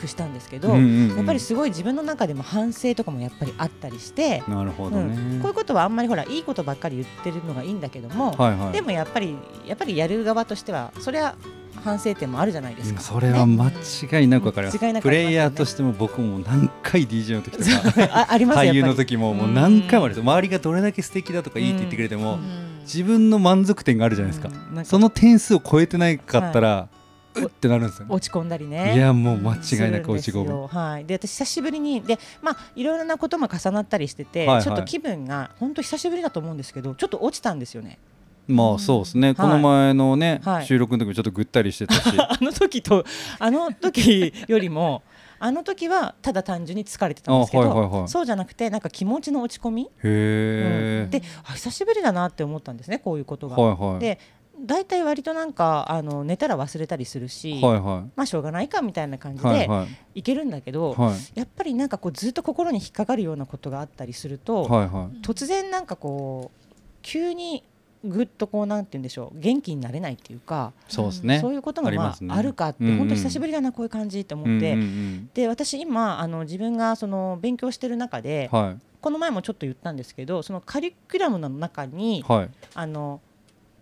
Speaker 2: くしたんですけど、
Speaker 1: うんうんうん
Speaker 2: やっぱりすごい自分の中でも反省とかもやっぱりあったりして、
Speaker 1: なるほど
Speaker 2: うん
Speaker 1: ね
Speaker 2: こうい。うことはあんまりほらいいことばっかり言ってるのがいいんだけども、
Speaker 1: はいはい。
Speaker 2: でもやっぱりやっぱりやる側としてはそれは反省点もあるじゃないです
Speaker 1: うん
Speaker 2: か。
Speaker 1: それは間違いなくわかります。
Speaker 2: 間違いなく
Speaker 1: プ
Speaker 2: わかりますよね
Speaker 1: レイヤーとしても僕も何回 DJ の時とか
Speaker 2: あありますよや
Speaker 1: 俳
Speaker 2: っぱり
Speaker 1: 優の時ももう何回もあるんです周りがどれだけ素敵だとかいいって言ってくれても自分の満足点があるじゃないですか
Speaker 2: うんなんか
Speaker 1: その点数を超えてないかったらうってなるんですよね
Speaker 2: 落ち込んだりね。
Speaker 1: いやもう間違いなく落
Speaker 2: す
Speaker 1: ち
Speaker 2: る
Speaker 1: 込
Speaker 2: ん
Speaker 1: む
Speaker 2: ですよはい、で私久しぶりにでまあいろいろなことも重なったりしてて、
Speaker 1: はいはい
Speaker 2: ちょっと気分が本当久しぶりだと思うんですけどちょっと落ちたんですよね
Speaker 1: まあそうですね、この前のね、
Speaker 2: はい
Speaker 1: 収録の時もちょっとぐったりして たし
Speaker 2: あの時と あの時よりもあの時はただ単純に疲れてたんですけど、
Speaker 1: あはいはいはい
Speaker 2: そうじゃなくてなんか気持ちの落ち込み、
Speaker 1: へえ、
Speaker 2: であ久しぶりだなって思ったんですねこういうことが。
Speaker 1: はいはい
Speaker 2: で大体割となんかあの寝たら忘れたりするし、
Speaker 1: はいは
Speaker 2: まあしょうがないかみたいな感
Speaker 1: い
Speaker 2: じ
Speaker 1: はい
Speaker 2: で
Speaker 1: はい
Speaker 2: いけるんだけど、
Speaker 1: はい
Speaker 2: やっぱりなんかこうずっと心に引っかかるようなことがあったりすると、
Speaker 1: はいは
Speaker 2: 突然なんかこう急にぐっとこうなんて言うんでしょう元気になれないっていうか、
Speaker 1: いそうですね
Speaker 2: そういうことも
Speaker 1: あり
Speaker 2: まあ
Speaker 1: ますね
Speaker 2: あるかって、
Speaker 1: うんうん
Speaker 2: 本当久しぶりだなこういう感じと
Speaker 1: うんう
Speaker 2: 思
Speaker 1: ん
Speaker 2: って、
Speaker 1: うん
Speaker 2: で私今あの自分がその勉強してる中で、
Speaker 1: は
Speaker 2: この前もちょっと言ったんですけどそのカリキュラムの中
Speaker 1: い
Speaker 2: に、
Speaker 1: はい
Speaker 2: あの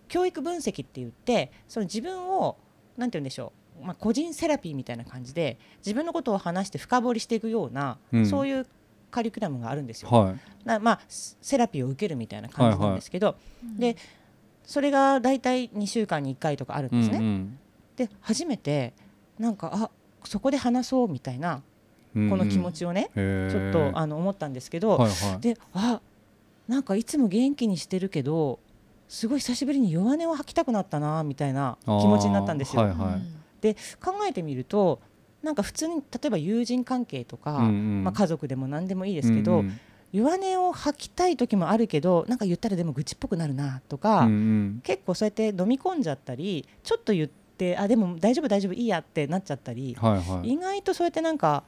Speaker 2: 教育分析って言ってその自分をなんて言うんでしょう、まあ、個人セラピーみたいな感じで自分のことを話して深掘りしていくような、
Speaker 1: うん
Speaker 2: そういうカリキュラムがあるんですよ。
Speaker 1: はい
Speaker 2: なまあセセラピーを受けるみたいな感じなんですけど、でそれが大体2週間に1回とかあるん
Speaker 1: うん
Speaker 2: ですね。
Speaker 1: うん
Speaker 2: で初めてなんかあそこで話そうみたいな
Speaker 1: うんうん
Speaker 2: この気持ちをね、
Speaker 1: へ
Speaker 2: ちょ
Speaker 1: ー
Speaker 2: っとあの思ったんですけど、
Speaker 1: はいはい
Speaker 2: であなんかいつも元気にしてるけどすごい久しぶりに弱音を吐きたくなったなみたいな気
Speaker 1: あー
Speaker 2: 持ちになったんですよ。
Speaker 1: はいはい
Speaker 2: で考えてみるとなんか普通に例えば友人関係とか、
Speaker 1: うんうん
Speaker 2: まあ、家族でも何でもいいですけど、
Speaker 1: うんうん
Speaker 2: 弱音を吐きたい時もあるけどなんか言ったらでも愚痴っぽくなるなとか、
Speaker 1: うんうん
Speaker 2: 結構そうやって飲み込んじゃったりちょっと言ってあでも大丈夫大丈夫いいやってなっちゃったり、
Speaker 1: はいはい
Speaker 2: 意外とそうやってなんか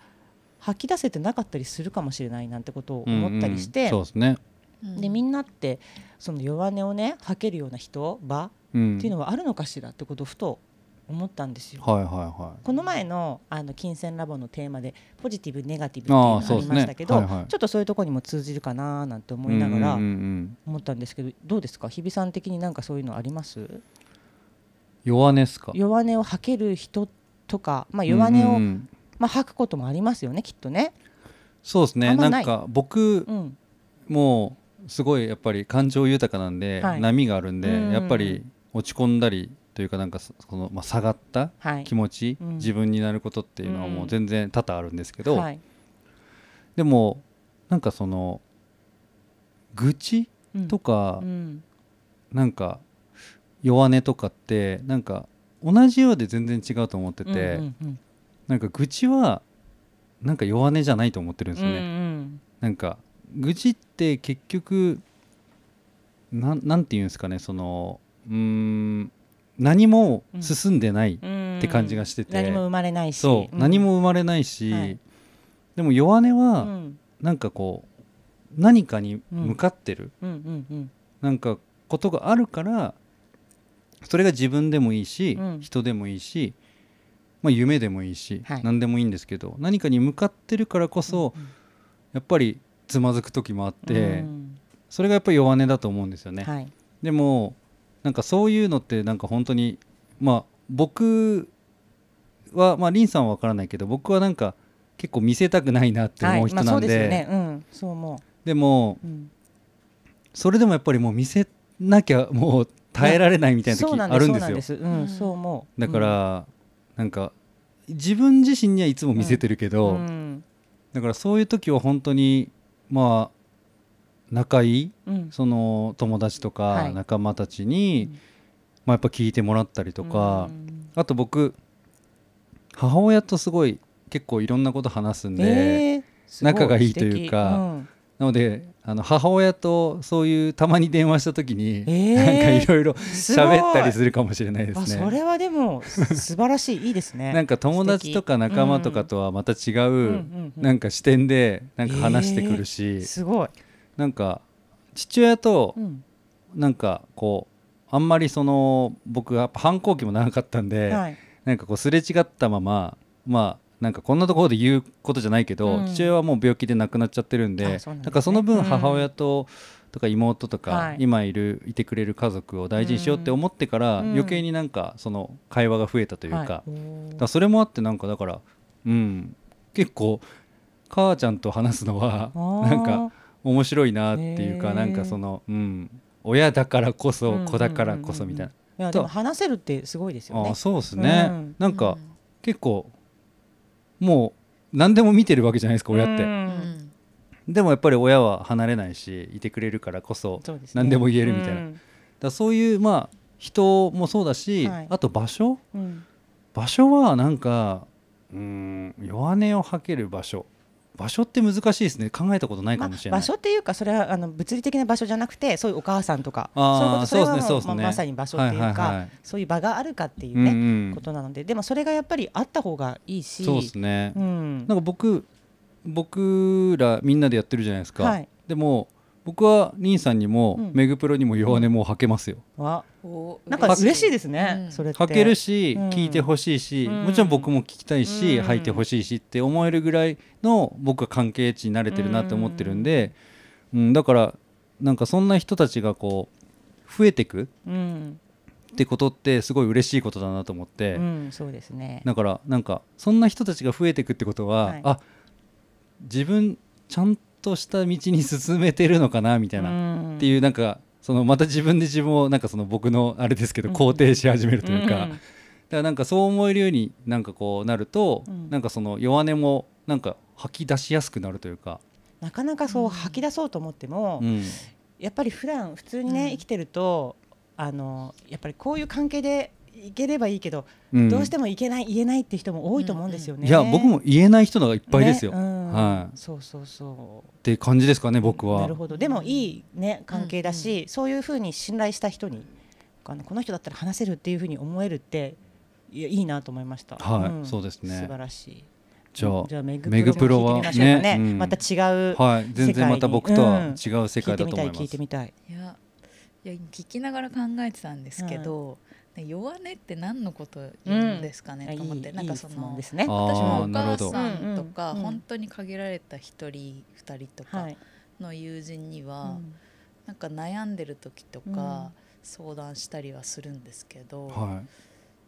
Speaker 2: 吐き出せてなかったりするかもしれないなんてことを思ったりし
Speaker 1: う
Speaker 2: て。
Speaker 1: んうんそうですね、
Speaker 2: でみ
Speaker 4: な。
Speaker 2: んなってその弱音をね吐けるような人場
Speaker 1: うん、
Speaker 2: っていうのはあるのかしらってことをふと思ったんですよ。
Speaker 1: はいはいはい
Speaker 2: この前のあの金銭ラボのテーマでポジティブネガティブっていうのがありましたけど、
Speaker 1: あーそうですねはいはい
Speaker 2: ちょっとそういうところにも通じるかななんて思いなが
Speaker 1: う
Speaker 2: ら
Speaker 1: んうんうんうん
Speaker 2: 思ったんですけど、どうですか日比さん的になんかそういうのあります
Speaker 1: 弱音っすか
Speaker 2: 弱音を吐ける人とか、まあ、
Speaker 1: うん
Speaker 2: 弱音を
Speaker 1: うん
Speaker 2: まあ、吐くこともありますよねきっとね。
Speaker 1: そうです
Speaker 2: あ
Speaker 1: ね
Speaker 2: んま
Speaker 1: な
Speaker 2: ない
Speaker 1: んか僕
Speaker 2: うん
Speaker 1: もうすごいやっぱり感情豊かなんで、
Speaker 2: はい
Speaker 1: 波があるんで、
Speaker 2: うんうんうん
Speaker 1: やっぱり落ち込んだりというかなんかそその、まあ、下がった
Speaker 2: はい、
Speaker 1: 気持ち、
Speaker 2: うん
Speaker 1: 自分になることっていうのはもう全然多々あるんですけど、
Speaker 2: はい
Speaker 1: でもなんかその愚痴
Speaker 2: うん
Speaker 1: とか、
Speaker 2: うん
Speaker 1: なんか弱音とかってなんか同じようで全然違うと思ってて、
Speaker 2: うんうん
Speaker 1: なんか愚痴はなんか弱音じゃないと思ってるん
Speaker 2: う
Speaker 1: で
Speaker 2: ん
Speaker 1: すよね。
Speaker 2: うん
Speaker 1: なんか愚痴って結局なんなんていうんですかねそのうーん何も進んでない、
Speaker 2: うん
Speaker 1: って感じがしてて
Speaker 2: 何も生まれないし
Speaker 1: そう、
Speaker 2: ん
Speaker 1: 何も生まれないし、
Speaker 2: はい
Speaker 1: でも弱音
Speaker 2: う
Speaker 1: は
Speaker 2: ん
Speaker 1: なんかこう何かに向かってる、
Speaker 2: うんうんうん
Speaker 1: なんかことがあるからそれが自分でもいいし、
Speaker 2: うん
Speaker 1: 人でもいいし、まあ、夢でもいいし、
Speaker 2: はい
Speaker 1: 何でもいいんですけど何かに向かってるからこそ、やっぱりつまずく時もあって、
Speaker 2: うん
Speaker 1: それがやっぱり弱音だと思うんですよね。
Speaker 2: はい
Speaker 1: でもなんかそういうのってなんか本当にまあ僕はまあ林さんは分からないけど僕はなんか結構見せたくないなって
Speaker 2: はい
Speaker 1: 思う人
Speaker 2: まあ
Speaker 1: な
Speaker 2: そ
Speaker 1: ん
Speaker 2: う
Speaker 1: で,、
Speaker 2: ですよねうんそう思
Speaker 1: でも
Speaker 2: ううん
Speaker 1: それでもやっぱりもう見せなきゃもう耐えられないみたいな
Speaker 2: そう
Speaker 1: 時
Speaker 2: なん
Speaker 1: あるん
Speaker 2: そう
Speaker 1: で
Speaker 2: な
Speaker 1: す
Speaker 2: ん
Speaker 1: よ
Speaker 2: ですうんそう思う
Speaker 1: だからなんか自分自身にはいつも見せてるけ
Speaker 2: う
Speaker 1: ど、
Speaker 2: ん
Speaker 1: だからそういう時は本当にまあ仲いい
Speaker 2: うん
Speaker 1: その友達と
Speaker 2: は
Speaker 1: か
Speaker 2: い
Speaker 1: 仲間たちに、
Speaker 2: うん
Speaker 1: まあ、やっぱ聞いてもらったりとか、
Speaker 2: うん
Speaker 1: あと僕母親とすごい結構いろんなこと話すんで、
Speaker 2: えーすご
Speaker 1: 仲がいいというか
Speaker 2: 素
Speaker 1: なのであの母親とそういうたまに電話した時に、
Speaker 2: えー
Speaker 1: なんかいろいろ
Speaker 2: ごい
Speaker 1: 喋ったりするかもしれないで
Speaker 2: 敵うんあ
Speaker 1: す
Speaker 2: そ
Speaker 1: ね。
Speaker 2: れはでも素晴らしいいいです ね
Speaker 1: なんか友達とか仲間とかとはまた違う、
Speaker 2: うんうんうん
Speaker 1: なんか視点でなんか話してくるし、
Speaker 2: すごい
Speaker 1: なんか父親と
Speaker 2: うん
Speaker 1: なんかこうあんまりその僕は反抗期も長かったんで、
Speaker 2: はい
Speaker 1: なんかこうすれ違ったまままあなんかこんなところで言うことじゃないけど、
Speaker 2: うん
Speaker 1: 父親はもう病気で亡くなっちゃってるんで
Speaker 2: あそうなんですね
Speaker 1: だからその分
Speaker 2: うん
Speaker 1: 母親と、とか妹とか、
Speaker 2: はい
Speaker 1: 今いるいてくれる家族を大事にしようって思ってから、
Speaker 2: うん
Speaker 1: 余計になんかその会話が増えたというか,、
Speaker 2: は
Speaker 1: だ
Speaker 2: い
Speaker 1: か
Speaker 2: おー
Speaker 1: らそれもあってなんかだからうん結構母ちゃんと話すのは
Speaker 2: あー
Speaker 1: なんか面白いなっていう
Speaker 2: へ
Speaker 1: か
Speaker 2: ー
Speaker 1: なんかその、うん、親だからこ
Speaker 2: うんうん
Speaker 1: そ
Speaker 2: うんうん
Speaker 1: 子だからこそみたいな、
Speaker 2: いやでも話せるってすごいですよ
Speaker 1: あ
Speaker 2: ね
Speaker 1: あそうですね、
Speaker 2: うん
Speaker 1: なんか結構もう何でも見てるわけじゃないですか親って、
Speaker 2: うん
Speaker 4: うん
Speaker 1: でもやっぱり親は離れないしいてくれるからこそだか
Speaker 2: そうですね
Speaker 1: 何でも言えるみたいな
Speaker 2: うん
Speaker 1: らそういうまあ人もそうだし、
Speaker 2: はい
Speaker 1: あと場所
Speaker 2: うん
Speaker 1: 場所はなんかうーん弱音を吐ける場所場所って難しいですね考えたことない
Speaker 2: ま
Speaker 1: か
Speaker 2: あ
Speaker 1: もしれない、
Speaker 2: 場所っていうかそれはあの物理的な場所じゃなくてそういうお母さんとか
Speaker 1: あー
Speaker 2: そういうこ
Speaker 1: そうで
Speaker 2: とそれはも
Speaker 1: すねそうですね
Speaker 2: まあまさに場所っていうか、
Speaker 1: はいはいはい
Speaker 2: そういう場があるかっていう
Speaker 1: うんう
Speaker 2: ね、
Speaker 1: ん
Speaker 2: ことなのででもそれがやっぱりあった方がいいし
Speaker 1: そうですね、
Speaker 2: うん
Speaker 1: なんか僕僕らみんなでやってるじゃないですか、
Speaker 2: はい
Speaker 1: でも僕はリンさんにも、
Speaker 2: うん
Speaker 1: メグプロにも弱音も吐けますよ
Speaker 2: わ
Speaker 3: お
Speaker 2: なんか嬉しいですね、
Speaker 4: うん
Speaker 2: それって
Speaker 1: 履けるし、
Speaker 2: うん
Speaker 1: 聞いてほしいし、
Speaker 2: うん
Speaker 1: もちろん僕も聞きたいし、
Speaker 2: うん
Speaker 1: 履いてほしいしって思えるぐらいの僕は関係値に慣れてるなって思ってるんで、うんだからなんかそんな人たちがこう増えてく
Speaker 2: うん、
Speaker 1: ってことってすごい嬉しいことだなと思って、
Speaker 2: うん、そうですね
Speaker 1: だからなんかそんな人たちが増えてくってことは、
Speaker 2: はい
Speaker 1: あ自分ちゃんとした道に進めてるのかなみたいな、
Speaker 2: うん
Speaker 1: っていうなんかそのまた自分で自分をなんかその僕のあれですけど
Speaker 2: うん
Speaker 1: 肯定し始めるというか。
Speaker 2: ん
Speaker 1: だからなんかそう思えるようになんかこうなると、
Speaker 2: うん
Speaker 1: なんかその弱音もなんか吐き出しやすくなるというか、
Speaker 2: なかなかそう吐き出そうと思っても、
Speaker 1: うん
Speaker 2: やっぱり普段普通にね、
Speaker 4: うん
Speaker 2: 生きてるとあのやっぱりこういう関係でいければいいけど、
Speaker 1: うん
Speaker 2: どうしてもいけない言えないって人も多いと思うんですよね。
Speaker 1: いや僕も言えない人のがいっぱいですよ、
Speaker 2: ねうん
Speaker 1: はい、っ
Speaker 2: そうそうそう
Speaker 1: て感じですかね僕は
Speaker 2: なるほどでもいいね関係だし、そういうふうに信頼した人にあのこの人だったら話せるっていうふうに思えるっていやいいなと思いました
Speaker 1: はい
Speaker 2: ん
Speaker 1: そうですね
Speaker 2: 素晴らしい
Speaker 1: じゃあ
Speaker 2: じゃあメグ
Speaker 1: メグプ
Speaker 2: プロ
Speaker 1: ロ
Speaker 2: も
Speaker 1: は
Speaker 2: 聞いてみましょうかね
Speaker 1: ねうん
Speaker 2: また違う、
Speaker 1: はい全然また僕とは
Speaker 2: 世
Speaker 1: 違う世
Speaker 2: 聞い
Speaker 1: 界
Speaker 2: て
Speaker 1: だ
Speaker 2: み
Speaker 1: と
Speaker 2: た
Speaker 1: 思
Speaker 2: い
Speaker 1: い
Speaker 2: 聞
Speaker 1: ま
Speaker 2: いて
Speaker 1: す
Speaker 2: みたい
Speaker 4: いやいや聞きながら考えてたんですけど、ね弱音って何のこと言うんですかね、
Speaker 2: あいい
Speaker 4: と思ってなん
Speaker 2: い
Speaker 4: か
Speaker 2: い
Speaker 4: そ
Speaker 2: 質問
Speaker 4: の
Speaker 2: ですね
Speaker 1: あ
Speaker 4: 私も
Speaker 1: ー
Speaker 4: お
Speaker 1: なるほど
Speaker 4: 母さんとか、
Speaker 2: うんうん
Speaker 4: 本当に限られた一人二人と
Speaker 2: は
Speaker 4: か
Speaker 2: い、
Speaker 4: の友人に
Speaker 2: う
Speaker 4: は、
Speaker 2: ん
Speaker 4: なんか悩んでる時とか、
Speaker 2: うん
Speaker 4: 相談したりはするんですけど、
Speaker 1: は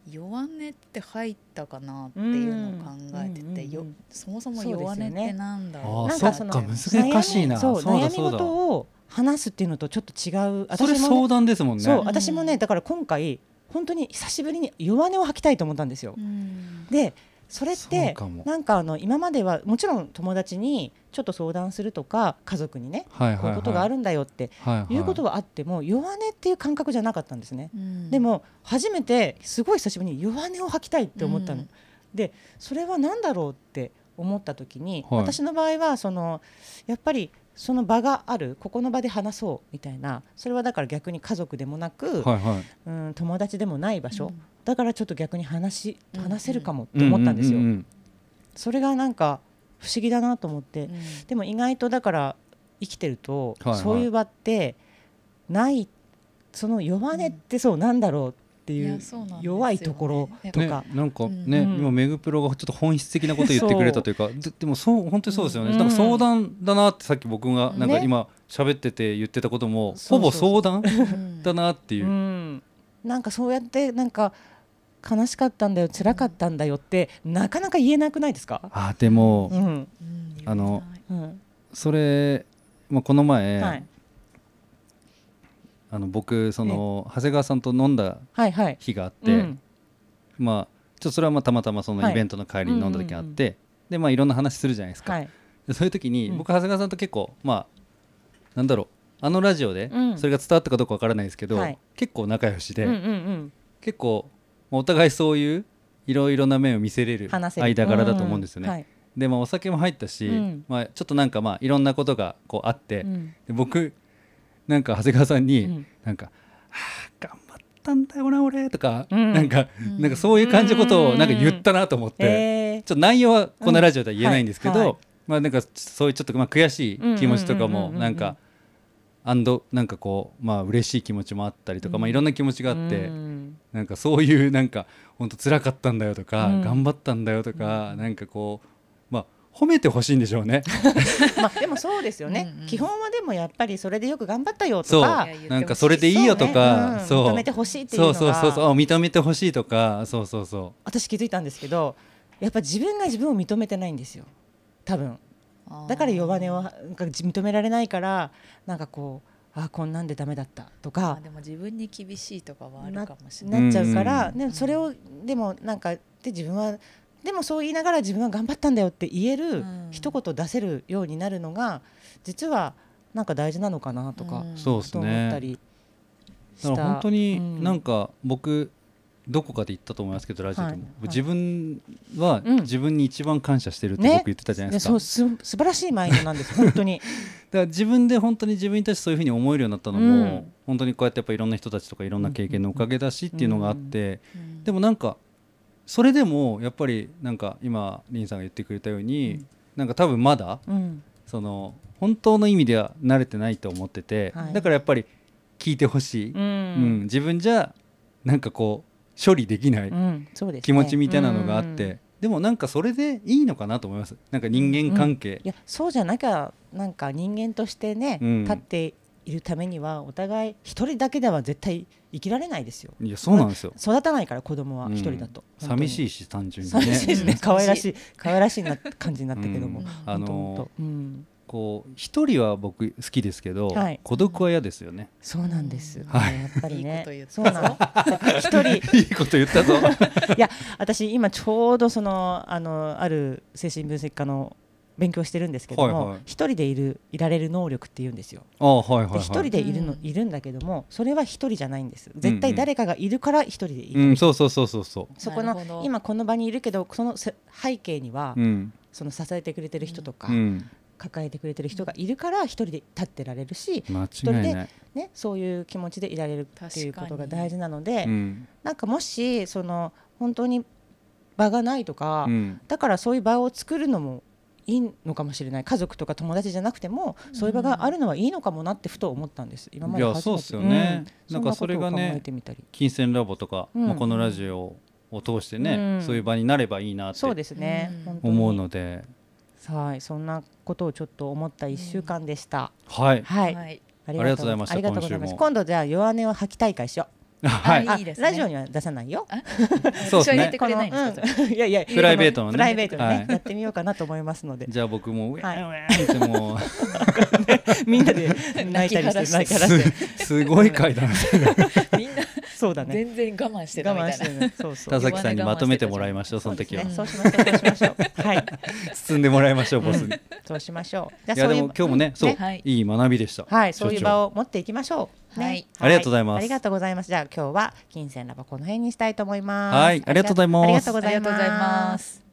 Speaker 1: い
Speaker 4: 弱音って入ったかなっていうのを考えてて、
Speaker 2: うん
Speaker 4: よ
Speaker 2: うんうん
Speaker 4: そもそも
Speaker 2: そうです
Speaker 4: 弱
Speaker 2: よ
Speaker 4: 音っ
Speaker 2: ね
Speaker 4: てなんだろ
Speaker 1: あ
Speaker 4: う
Speaker 1: ー
Speaker 2: なんか
Speaker 1: そっ
Speaker 2: そ
Speaker 1: か
Speaker 2: の
Speaker 1: 難しいな
Speaker 2: 悩み
Speaker 1: そうだ
Speaker 2: 悩み
Speaker 1: そうだ
Speaker 2: 事を話すっていうのとちょっと違う
Speaker 1: それ
Speaker 2: もね
Speaker 1: 相談ですもんね
Speaker 2: そう
Speaker 4: う、ん
Speaker 2: 私もねだから今回本当に久しぶりに弱音を吐きたいと思ったんですよ。
Speaker 4: うん
Speaker 2: でそれっ
Speaker 1: そう
Speaker 2: て
Speaker 1: かも
Speaker 2: なんかあの今まではもちろん友達にちょっと相談するとか家族にね
Speaker 1: はいはい
Speaker 2: こう
Speaker 1: はい
Speaker 2: いうことがあるんだよって
Speaker 1: はいはい
Speaker 2: いうことはあっても弱音っていう感覚じゃなかったんですね。
Speaker 4: うん
Speaker 2: でも初めてすごい久しぶりに弱音を吐きたいって思ったの。
Speaker 4: うん
Speaker 2: でそれは何だろうって思った時に、
Speaker 1: はい
Speaker 2: 私の場合はそのやっぱりその場があるここの場で話そうみたいなそれはだから逆に家族でもなく、
Speaker 1: はいはい
Speaker 2: うん友達でもない場所、
Speaker 4: うん
Speaker 2: だからちょっと逆に話し
Speaker 4: うん
Speaker 2: 話せるかもって思ったんですよ。
Speaker 1: ううう
Speaker 2: それがなんか不思議だなと思って、
Speaker 4: うん
Speaker 2: でも意外とだから生きてると、
Speaker 1: はいはい
Speaker 2: そういう場ってないその弱音ってそうなんだろうって
Speaker 4: い
Speaker 2: いう,、
Speaker 4: やそうなんですよね
Speaker 2: 弱いところと
Speaker 1: ね
Speaker 2: か、、
Speaker 1: なんか
Speaker 4: うん
Speaker 1: ね、
Speaker 2: うん
Speaker 1: 今メグプロがちょっと本質的なことを言ってくれたというかででもそう本当にそうですよね、
Speaker 2: うん
Speaker 1: なんか相談だなってさっき僕がなんか
Speaker 2: ね
Speaker 1: 今喋ってて言ってたことも、
Speaker 2: そ
Speaker 1: ほ
Speaker 2: うそ
Speaker 1: ぼ
Speaker 2: うそ
Speaker 1: 相談
Speaker 4: うん
Speaker 1: だなっていうう、
Speaker 2: ん、なんかそうやってなんか悲しかったんだよ辛かったんだよってなかなか言えなくないですか、
Speaker 1: あーでも、
Speaker 2: うん
Speaker 4: うん
Speaker 1: あの
Speaker 2: うん
Speaker 1: それ、まあ、この前、
Speaker 2: はい、
Speaker 1: あの僕その長谷川さんと飲んだ
Speaker 2: はいはい
Speaker 1: 日があって、
Speaker 2: うん
Speaker 1: まあちょっとそれはまあたまたまその
Speaker 2: はい
Speaker 1: イベントの帰りに飲んだ時があっ
Speaker 2: うん
Speaker 1: て、でまあいろんな話するじゃないですか、
Speaker 2: はい、
Speaker 1: でそういう時に
Speaker 2: うん
Speaker 1: 僕長谷川さんと結構まあなんだろうあのラジオで
Speaker 2: うん
Speaker 1: それが伝わったかどうかわからないですけど、
Speaker 2: はい
Speaker 1: 結構仲良しで、
Speaker 2: うんうん
Speaker 1: 結構まあお互いそういういろいろな面を見せれ
Speaker 2: うん、
Speaker 1: る
Speaker 2: 話せる
Speaker 1: 間柄だと思うんですよね。
Speaker 2: うはい
Speaker 1: でまあお酒も入ったし、
Speaker 2: うん
Speaker 1: まあ、ちょっとなんかまあいろんなことがこうあって、
Speaker 2: うん
Speaker 1: で僕なんか長谷川さんに、
Speaker 2: うん
Speaker 1: なんか「はあ頑張ったんだよな俺」とか、
Speaker 2: うん
Speaker 1: なんか、
Speaker 4: うん
Speaker 1: なんかそういう感じのことをなんか言ったなと思って、
Speaker 2: えー
Speaker 1: ちょっと内容はこのラジオでは言えないんですけど、
Speaker 2: うんはいはい
Speaker 1: まあなんかそういうちょっとまあ悔しい気持ちとか
Speaker 2: うんうんうん
Speaker 1: も
Speaker 2: うんうんうん
Speaker 1: なんか。アンドなんかこうまあ嬉しい気持ちもあったりとか、
Speaker 2: うん
Speaker 1: まあいろんな気持ちがあって、
Speaker 2: うん
Speaker 1: なんかそういうなんか本当辛かったんだよとか、
Speaker 2: うん
Speaker 1: 頑張ったんだよとか、なんかこうまあ褒めてほしいんでしょう ね。
Speaker 2: まあでもそうですよね
Speaker 4: うんうん
Speaker 2: 基本はでもやっぱりそれでよく頑張ったよ
Speaker 1: そう
Speaker 2: とか
Speaker 4: 言ってほしい
Speaker 1: なんかそれでいいよとか、
Speaker 2: そ
Speaker 1: そう
Speaker 2: うねうん認めてほしいっていう
Speaker 1: そ
Speaker 2: の
Speaker 1: うそ
Speaker 2: が
Speaker 1: うそうそうあ認めてほしいとかそうそうそ
Speaker 2: 私気づいたんですけどやっぱ自分が自分を認めてないんですよ多分
Speaker 4: あー
Speaker 2: だから弱音をなんか認められないからなんかこうあこんなんでダメだったと
Speaker 4: まあ
Speaker 2: か
Speaker 4: でも自分に厳しいとかはあるかもしれない。
Speaker 2: なっちゃうから、
Speaker 1: うん
Speaker 2: でもそれをでもなんかで自分はでもそう言いながら自分は頑張ったんだよって言える、
Speaker 4: うん
Speaker 2: 一言出せるようになるのが実はなんか大事なのかなとか、
Speaker 4: うん
Speaker 1: うそうです
Speaker 2: と思った
Speaker 1: ね。
Speaker 2: りした。
Speaker 1: だから本当
Speaker 2: うん
Speaker 1: になんか僕どこかで言ったと思いますけどラジオでも、
Speaker 2: はいはい
Speaker 1: 自分は
Speaker 2: うん
Speaker 1: 自分に一番感謝してるって
Speaker 2: ね
Speaker 1: 僕言ってたじゃない
Speaker 2: ね
Speaker 1: ですか。
Speaker 2: そうす素晴らしいマインドなんで す本当に。
Speaker 1: だから自分で本当に自分に対してそういうふうに思えるようになったのも、
Speaker 2: うん
Speaker 1: 本当にこうやってやっぱいろんな人たちとかいろんな経験のおかげだしっていうのがあって、
Speaker 4: うん
Speaker 1: でもなんかそれでもやっぱりなんか今リンさんが言ってくれたように、
Speaker 2: うん
Speaker 1: なんか多分まだ
Speaker 2: うん
Speaker 1: その本当の意味では慣れてないと思ってて、
Speaker 2: はい
Speaker 1: だからやっぱり聞いてほしい、
Speaker 2: う
Speaker 1: うん
Speaker 2: ん
Speaker 1: 自分じゃなんかこう処理できない
Speaker 2: うんそうですね
Speaker 1: 気持ちみたいなのがあっ
Speaker 2: うん
Speaker 1: て、でもなんかそれでいいのかなと思いますなんか人間関係
Speaker 2: い、やそうじゃなきゃなんか人間としてね、
Speaker 1: うん
Speaker 2: 立っているためにはお互い一人だけでは絶対生きられないですよ
Speaker 1: いやそうなんですよ
Speaker 2: 育たないから子供は
Speaker 1: うん
Speaker 2: 一人だと、
Speaker 1: 寂し
Speaker 2: い
Speaker 1: いし単純にね
Speaker 2: 寂しいですね
Speaker 4: うん
Speaker 2: 可愛らしい可愛らしいな感じになったけども、
Speaker 4: うん
Speaker 1: あ
Speaker 2: 本当本
Speaker 1: の
Speaker 2: 当うん
Speaker 1: こう一人は僕好きですけど、
Speaker 2: はい
Speaker 1: 孤独は嫌ですよね
Speaker 2: そうなんです、
Speaker 1: はい
Speaker 2: やっぱりね
Speaker 4: いいこと言った
Speaker 2: そうなの一 人
Speaker 1: いいこと言 ったぞ
Speaker 2: いや私今ちょうどそのあのある精神分析科の勉強してるんですけど
Speaker 1: はいは
Speaker 2: も
Speaker 1: い
Speaker 2: 一、人でいるいられる能力って言うんですよ。
Speaker 1: あはいはい
Speaker 2: で
Speaker 1: はい
Speaker 2: 一人でいるの、
Speaker 4: うん
Speaker 2: いるんだけどもそれは一人じゃないんです。
Speaker 1: う
Speaker 2: 絶
Speaker 1: んう
Speaker 2: 対
Speaker 1: ん
Speaker 2: 誰かがいるから一人でいる。
Speaker 1: うんそうそうそうそうそ
Speaker 2: そこ
Speaker 4: なるほ
Speaker 2: の
Speaker 4: ど
Speaker 2: 今この場にいるけどそのせ背景には、
Speaker 1: ううん
Speaker 2: その支えてくれてる人とか、
Speaker 1: うん
Speaker 2: 抱えてくれてる人がいるから一人で立ってられるし、
Speaker 1: 間違いない
Speaker 2: 一人ね、そういう気持ちでいられるっていうことが大事なので、
Speaker 1: うん
Speaker 2: なんかもしその本当に場がないとか、
Speaker 1: うん
Speaker 2: だからそういう場を作るのもいいのかもしれない家族とか友達じゃなくてもそういう場があるのはいいのかもなってふと思ったんです今まで
Speaker 1: いや
Speaker 2: 初め
Speaker 1: そう
Speaker 2: て
Speaker 1: っすよね
Speaker 2: うん
Speaker 1: なんかそれがね
Speaker 2: そんなことを考えてみたり
Speaker 1: 金銭ラボとか、
Speaker 2: うん
Speaker 1: まあ、このラジオを通してね、
Speaker 2: うん
Speaker 1: そういう場になればいいなって
Speaker 2: そうですね、
Speaker 4: うん
Speaker 2: 本当に
Speaker 1: 思うので、
Speaker 2: はいそんなことをちょっと思った一週間でした、
Speaker 1: はい
Speaker 2: はい、
Speaker 4: はい
Speaker 2: あ
Speaker 1: りがとうございました
Speaker 2: ありがとうございま
Speaker 1: 今週
Speaker 2: す
Speaker 1: も
Speaker 2: 今度じゃあ弱音を吐き大会しよう
Speaker 1: はい
Speaker 4: あいいですね
Speaker 2: ラジオには出さないよ。
Speaker 1: そうです
Speaker 4: 一緒にやっ
Speaker 1: ね
Speaker 4: てくれないんですか
Speaker 2: このうんいやいや
Speaker 1: プライベートのね
Speaker 2: プライベートのね、
Speaker 1: はい
Speaker 2: やってみようかなと思いますの で
Speaker 1: じゃあ僕もうウェ
Speaker 2: はい
Speaker 1: ーウェーってもう
Speaker 2: みんなで泣いたりして泣
Speaker 4: 泣
Speaker 2: い
Speaker 4: き
Speaker 2: たらして
Speaker 1: すすごい階 段
Speaker 4: それみんな
Speaker 2: そうだね
Speaker 4: 全然我慢してたみ
Speaker 2: 我慢し
Speaker 4: たい
Speaker 2: て
Speaker 4: な
Speaker 2: るねそうそう
Speaker 1: 田崎さんにまとめてもらいましょうその時は
Speaker 2: ねそうしましょうそうしましょうはい
Speaker 1: 包んでもらいましょうボス
Speaker 2: うん
Speaker 1: に
Speaker 2: そうしましょうじゃあ
Speaker 1: いや
Speaker 2: そう
Speaker 1: で
Speaker 2: い
Speaker 1: も
Speaker 2: う
Speaker 1: 今日もねそう
Speaker 4: はい
Speaker 1: いい学びでした
Speaker 2: はいそういう場
Speaker 1: を
Speaker 2: を持っていきましょうね
Speaker 4: はい
Speaker 1: ありがとうございます
Speaker 2: ありがとうございますじゃあ今日は金銭ラボこの辺にしたいと思います
Speaker 1: はいありがとうございます
Speaker 2: ありがとうご
Speaker 4: あ
Speaker 2: ざ
Speaker 4: り
Speaker 2: い
Speaker 4: がとうござい
Speaker 2: ま
Speaker 4: ますす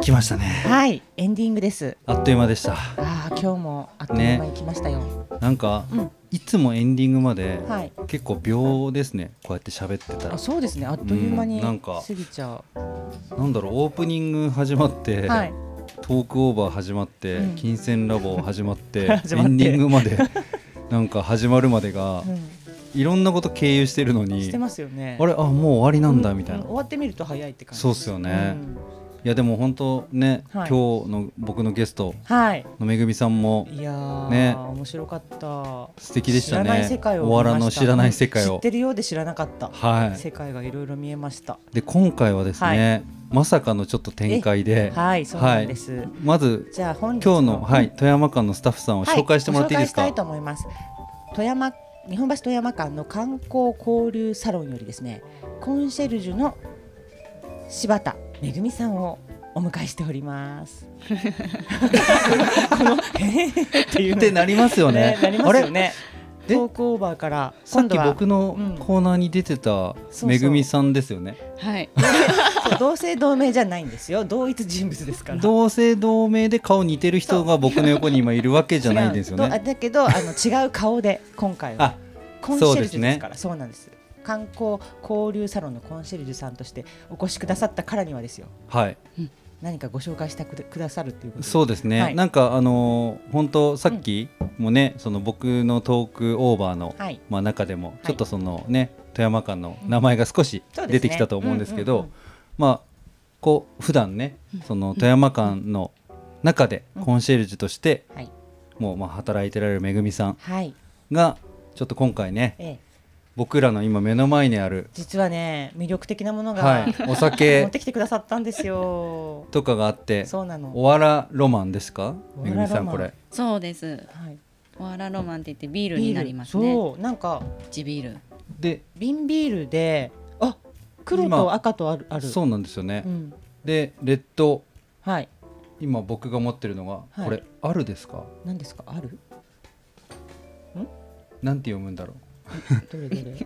Speaker 1: 来ましたね
Speaker 2: はいエンディングです
Speaker 1: あっという間でした
Speaker 2: ああ今日もあっという間に来ましたよ、
Speaker 1: なんか
Speaker 2: うん
Speaker 1: いつもエンディングまで
Speaker 2: はい
Speaker 1: 結構秒ですねこうやって喋ってたら
Speaker 2: あそうですねあっという間に
Speaker 1: うんなんか
Speaker 2: 過ぎちゃ
Speaker 1: なんだろうオープニング始まって、
Speaker 2: うはい
Speaker 1: トークオーバー始まって、
Speaker 2: うん
Speaker 1: 金銭ラボ始まって
Speaker 2: 始まっ
Speaker 1: エ
Speaker 2: て
Speaker 1: ンディングまで なんか始まるまでが、
Speaker 2: う
Speaker 1: いろんなこと経由してるの
Speaker 2: ん、
Speaker 1: に
Speaker 2: してますよね
Speaker 1: あれあもう終わりなんだ
Speaker 2: う
Speaker 1: みたいな、
Speaker 2: うん終わってみると早いって感じ
Speaker 1: そうっすよね
Speaker 2: うん
Speaker 1: いやでも本当ね、
Speaker 2: はい
Speaker 1: 今日の僕のゲスト
Speaker 2: はい
Speaker 1: のめぐみさんも
Speaker 2: いやー、
Speaker 1: ね
Speaker 2: 面白かった
Speaker 1: 素敵でした
Speaker 2: 知らな
Speaker 1: ね
Speaker 2: い世界を
Speaker 1: おわら
Speaker 2: 見
Speaker 1: の
Speaker 2: ました
Speaker 1: 知らない世界
Speaker 2: 知っ
Speaker 1: を
Speaker 2: てるようで知らなかった、
Speaker 1: は
Speaker 2: 世界がいろいろ見えました
Speaker 1: いで今回はですね、まさかのちょっと展開で、
Speaker 2: はいそうなんです、
Speaker 1: まず
Speaker 2: じゃあ本日
Speaker 1: 今日の、はい、富山間のスタッフさんを
Speaker 2: はい
Speaker 1: 紹介してもらっていいですか、
Speaker 2: ご紹介したいと思います富山日本橋富山間の観光交流サロンよりですねコンシェルジュの柴田めぐみさんをお迎えしてお ります。このへへへっていう
Speaker 1: っ
Speaker 2: の
Speaker 1: てなります よね
Speaker 2: なりますよね。
Speaker 1: え
Speaker 2: トークオーバーから
Speaker 1: さっ
Speaker 2: 今
Speaker 1: き
Speaker 2: 度は
Speaker 1: 僕のコーナーに出てた
Speaker 2: そう
Speaker 1: めぐみさんですよね。
Speaker 3: はい
Speaker 2: そう同姓同名じゃないんですよ同一人物ですから。
Speaker 1: 同姓同名で顔似てる人が僕の横に今いるわけじゃないんですよ
Speaker 2: 違うとあ
Speaker 1: ね。
Speaker 2: だけどあの違う顔で今回は
Speaker 1: あ、
Speaker 2: コンシェルジュですからそう,、なんです観光交流サロンのコンシェルジュさんとしてお越しくださったからにはですよ
Speaker 1: はい、
Speaker 2: 何かご紹介してくだくださるということで
Speaker 1: そうですね。
Speaker 2: はい
Speaker 1: なんかあのー本当さっきもね、その僕のトークオーバーの、
Speaker 2: はい
Speaker 1: まあ中でも
Speaker 2: い
Speaker 1: ちょっとそのね、富山間の名前が少し
Speaker 2: そうですね
Speaker 1: 出てきたと思うんですけど、
Speaker 2: うんうんうん
Speaker 1: まあこう普段ね、その富山間の中でコンシェルジュとして、
Speaker 2: はい
Speaker 1: もうまあ働いてられるめぐみさん
Speaker 2: はい、
Speaker 1: がちょっと今回ね
Speaker 2: ええ、
Speaker 1: 僕らの今目の前にある、
Speaker 2: 実はね魅力的なものが、
Speaker 1: はい、お
Speaker 2: 持
Speaker 1: 酒
Speaker 2: ってきてくださったんですよ
Speaker 1: とかがあって
Speaker 2: そうなの
Speaker 1: おわらロマンですか
Speaker 2: おわ
Speaker 1: め
Speaker 2: らロ
Speaker 1: ぐ
Speaker 2: マン
Speaker 1: みさんこれ
Speaker 3: そうです
Speaker 2: はい
Speaker 3: わらロマンって言ってビールになります
Speaker 2: ビー
Speaker 3: ね
Speaker 2: ルそうなんか
Speaker 3: 地ビール
Speaker 1: で
Speaker 2: 瓶ビールであ黒と
Speaker 1: 今
Speaker 2: 赤とあるある
Speaker 1: そうなんですよね、
Speaker 2: うん、
Speaker 1: でレッド
Speaker 2: はい
Speaker 1: 今僕が持ってるのが、
Speaker 2: はい
Speaker 1: これあるですか
Speaker 2: 何ですかある
Speaker 1: なんて読むんだろ
Speaker 2: どれどれ
Speaker 1: う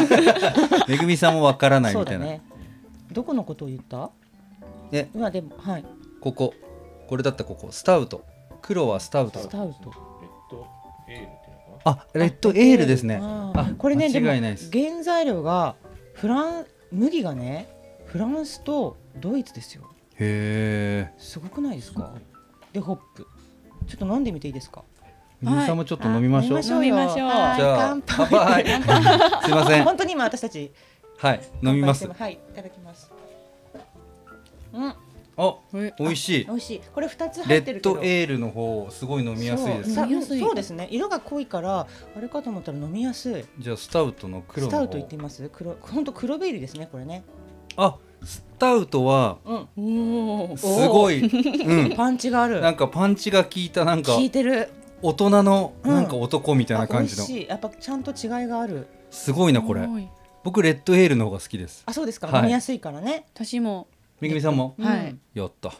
Speaker 1: めぐみさんもわからない
Speaker 2: そう
Speaker 1: みた
Speaker 2: だ
Speaker 1: いな、
Speaker 2: ねどこのことを言った
Speaker 1: で
Speaker 2: まあでもはい
Speaker 1: こここれだったらここスタウト黒はスタウト
Speaker 2: スタウト
Speaker 5: レッドエールっていうのかな
Speaker 1: あレッドエールですね
Speaker 2: あ
Speaker 1: あ
Speaker 2: これねでも
Speaker 1: 間違いないです
Speaker 2: 原材料がフラン麦がねフランスとドイツですよ
Speaker 1: へえ
Speaker 2: すごくないですかでホップちょっと飲んでみていいですか
Speaker 1: めぐみさんもちょっと飲みましょう、
Speaker 3: しょう
Speaker 2: 飲みま
Speaker 3: 飲みましょう
Speaker 2: はい
Speaker 1: じゃあ乾
Speaker 2: 乾杯
Speaker 1: 杯 すいません
Speaker 2: 本当に今私たち
Speaker 1: はい飲みます
Speaker 2: 乾杯してはいいただきますうん
Speaker 1: あ美味しい
Speaker 2: 美味しいこれ二つ入
Speaker 1: レ
Speaker 2: ってる
Speaker 1: ッ
Speaker 2: けど
Speaker 1: ドエールの方すごい飲みやすいです
Speaker 2: そう
Speaker 3: 飲みやすい
Speaker 2: そうですね色が濃いからあれかと思ったら飲みやすい
Speaker 1: じゃあスタウトの黒の
Speaker 2: スタ
Speaker 1: 方
Speaker 2: ウトいってみます黒本当黒ビールですねこれね
Speaker 1: あスタウトは
Speaker 2: うん
Speaker 3: おお
Speaker 1: すごい、うん、
Speaker 2: パンチがある
Speaker 1: なんかパンチが効いたなんか
Speaker 2: 効いてる
Speaker 1: 大人の
Speaker 2: うん
Speaker 1: なんか男みたいな
Speaker 2: あ美
Speaker 1: 感
Speaker 2: 味
Speaker 1: じの、
Speaker 2: しいやっぱちゃんと違いがある
Speaker 1: すごいなこれ僕レッドエールの方が好きです
Speaker 2: あそうですか、
Speaker 1: はい
Speaker 2: 飲みやすいからね
Speaker 3: 私も
Speaker 1: めぐみさんも、
Speaker 3: はい
Speaker 2: うん
Speaker 1: やった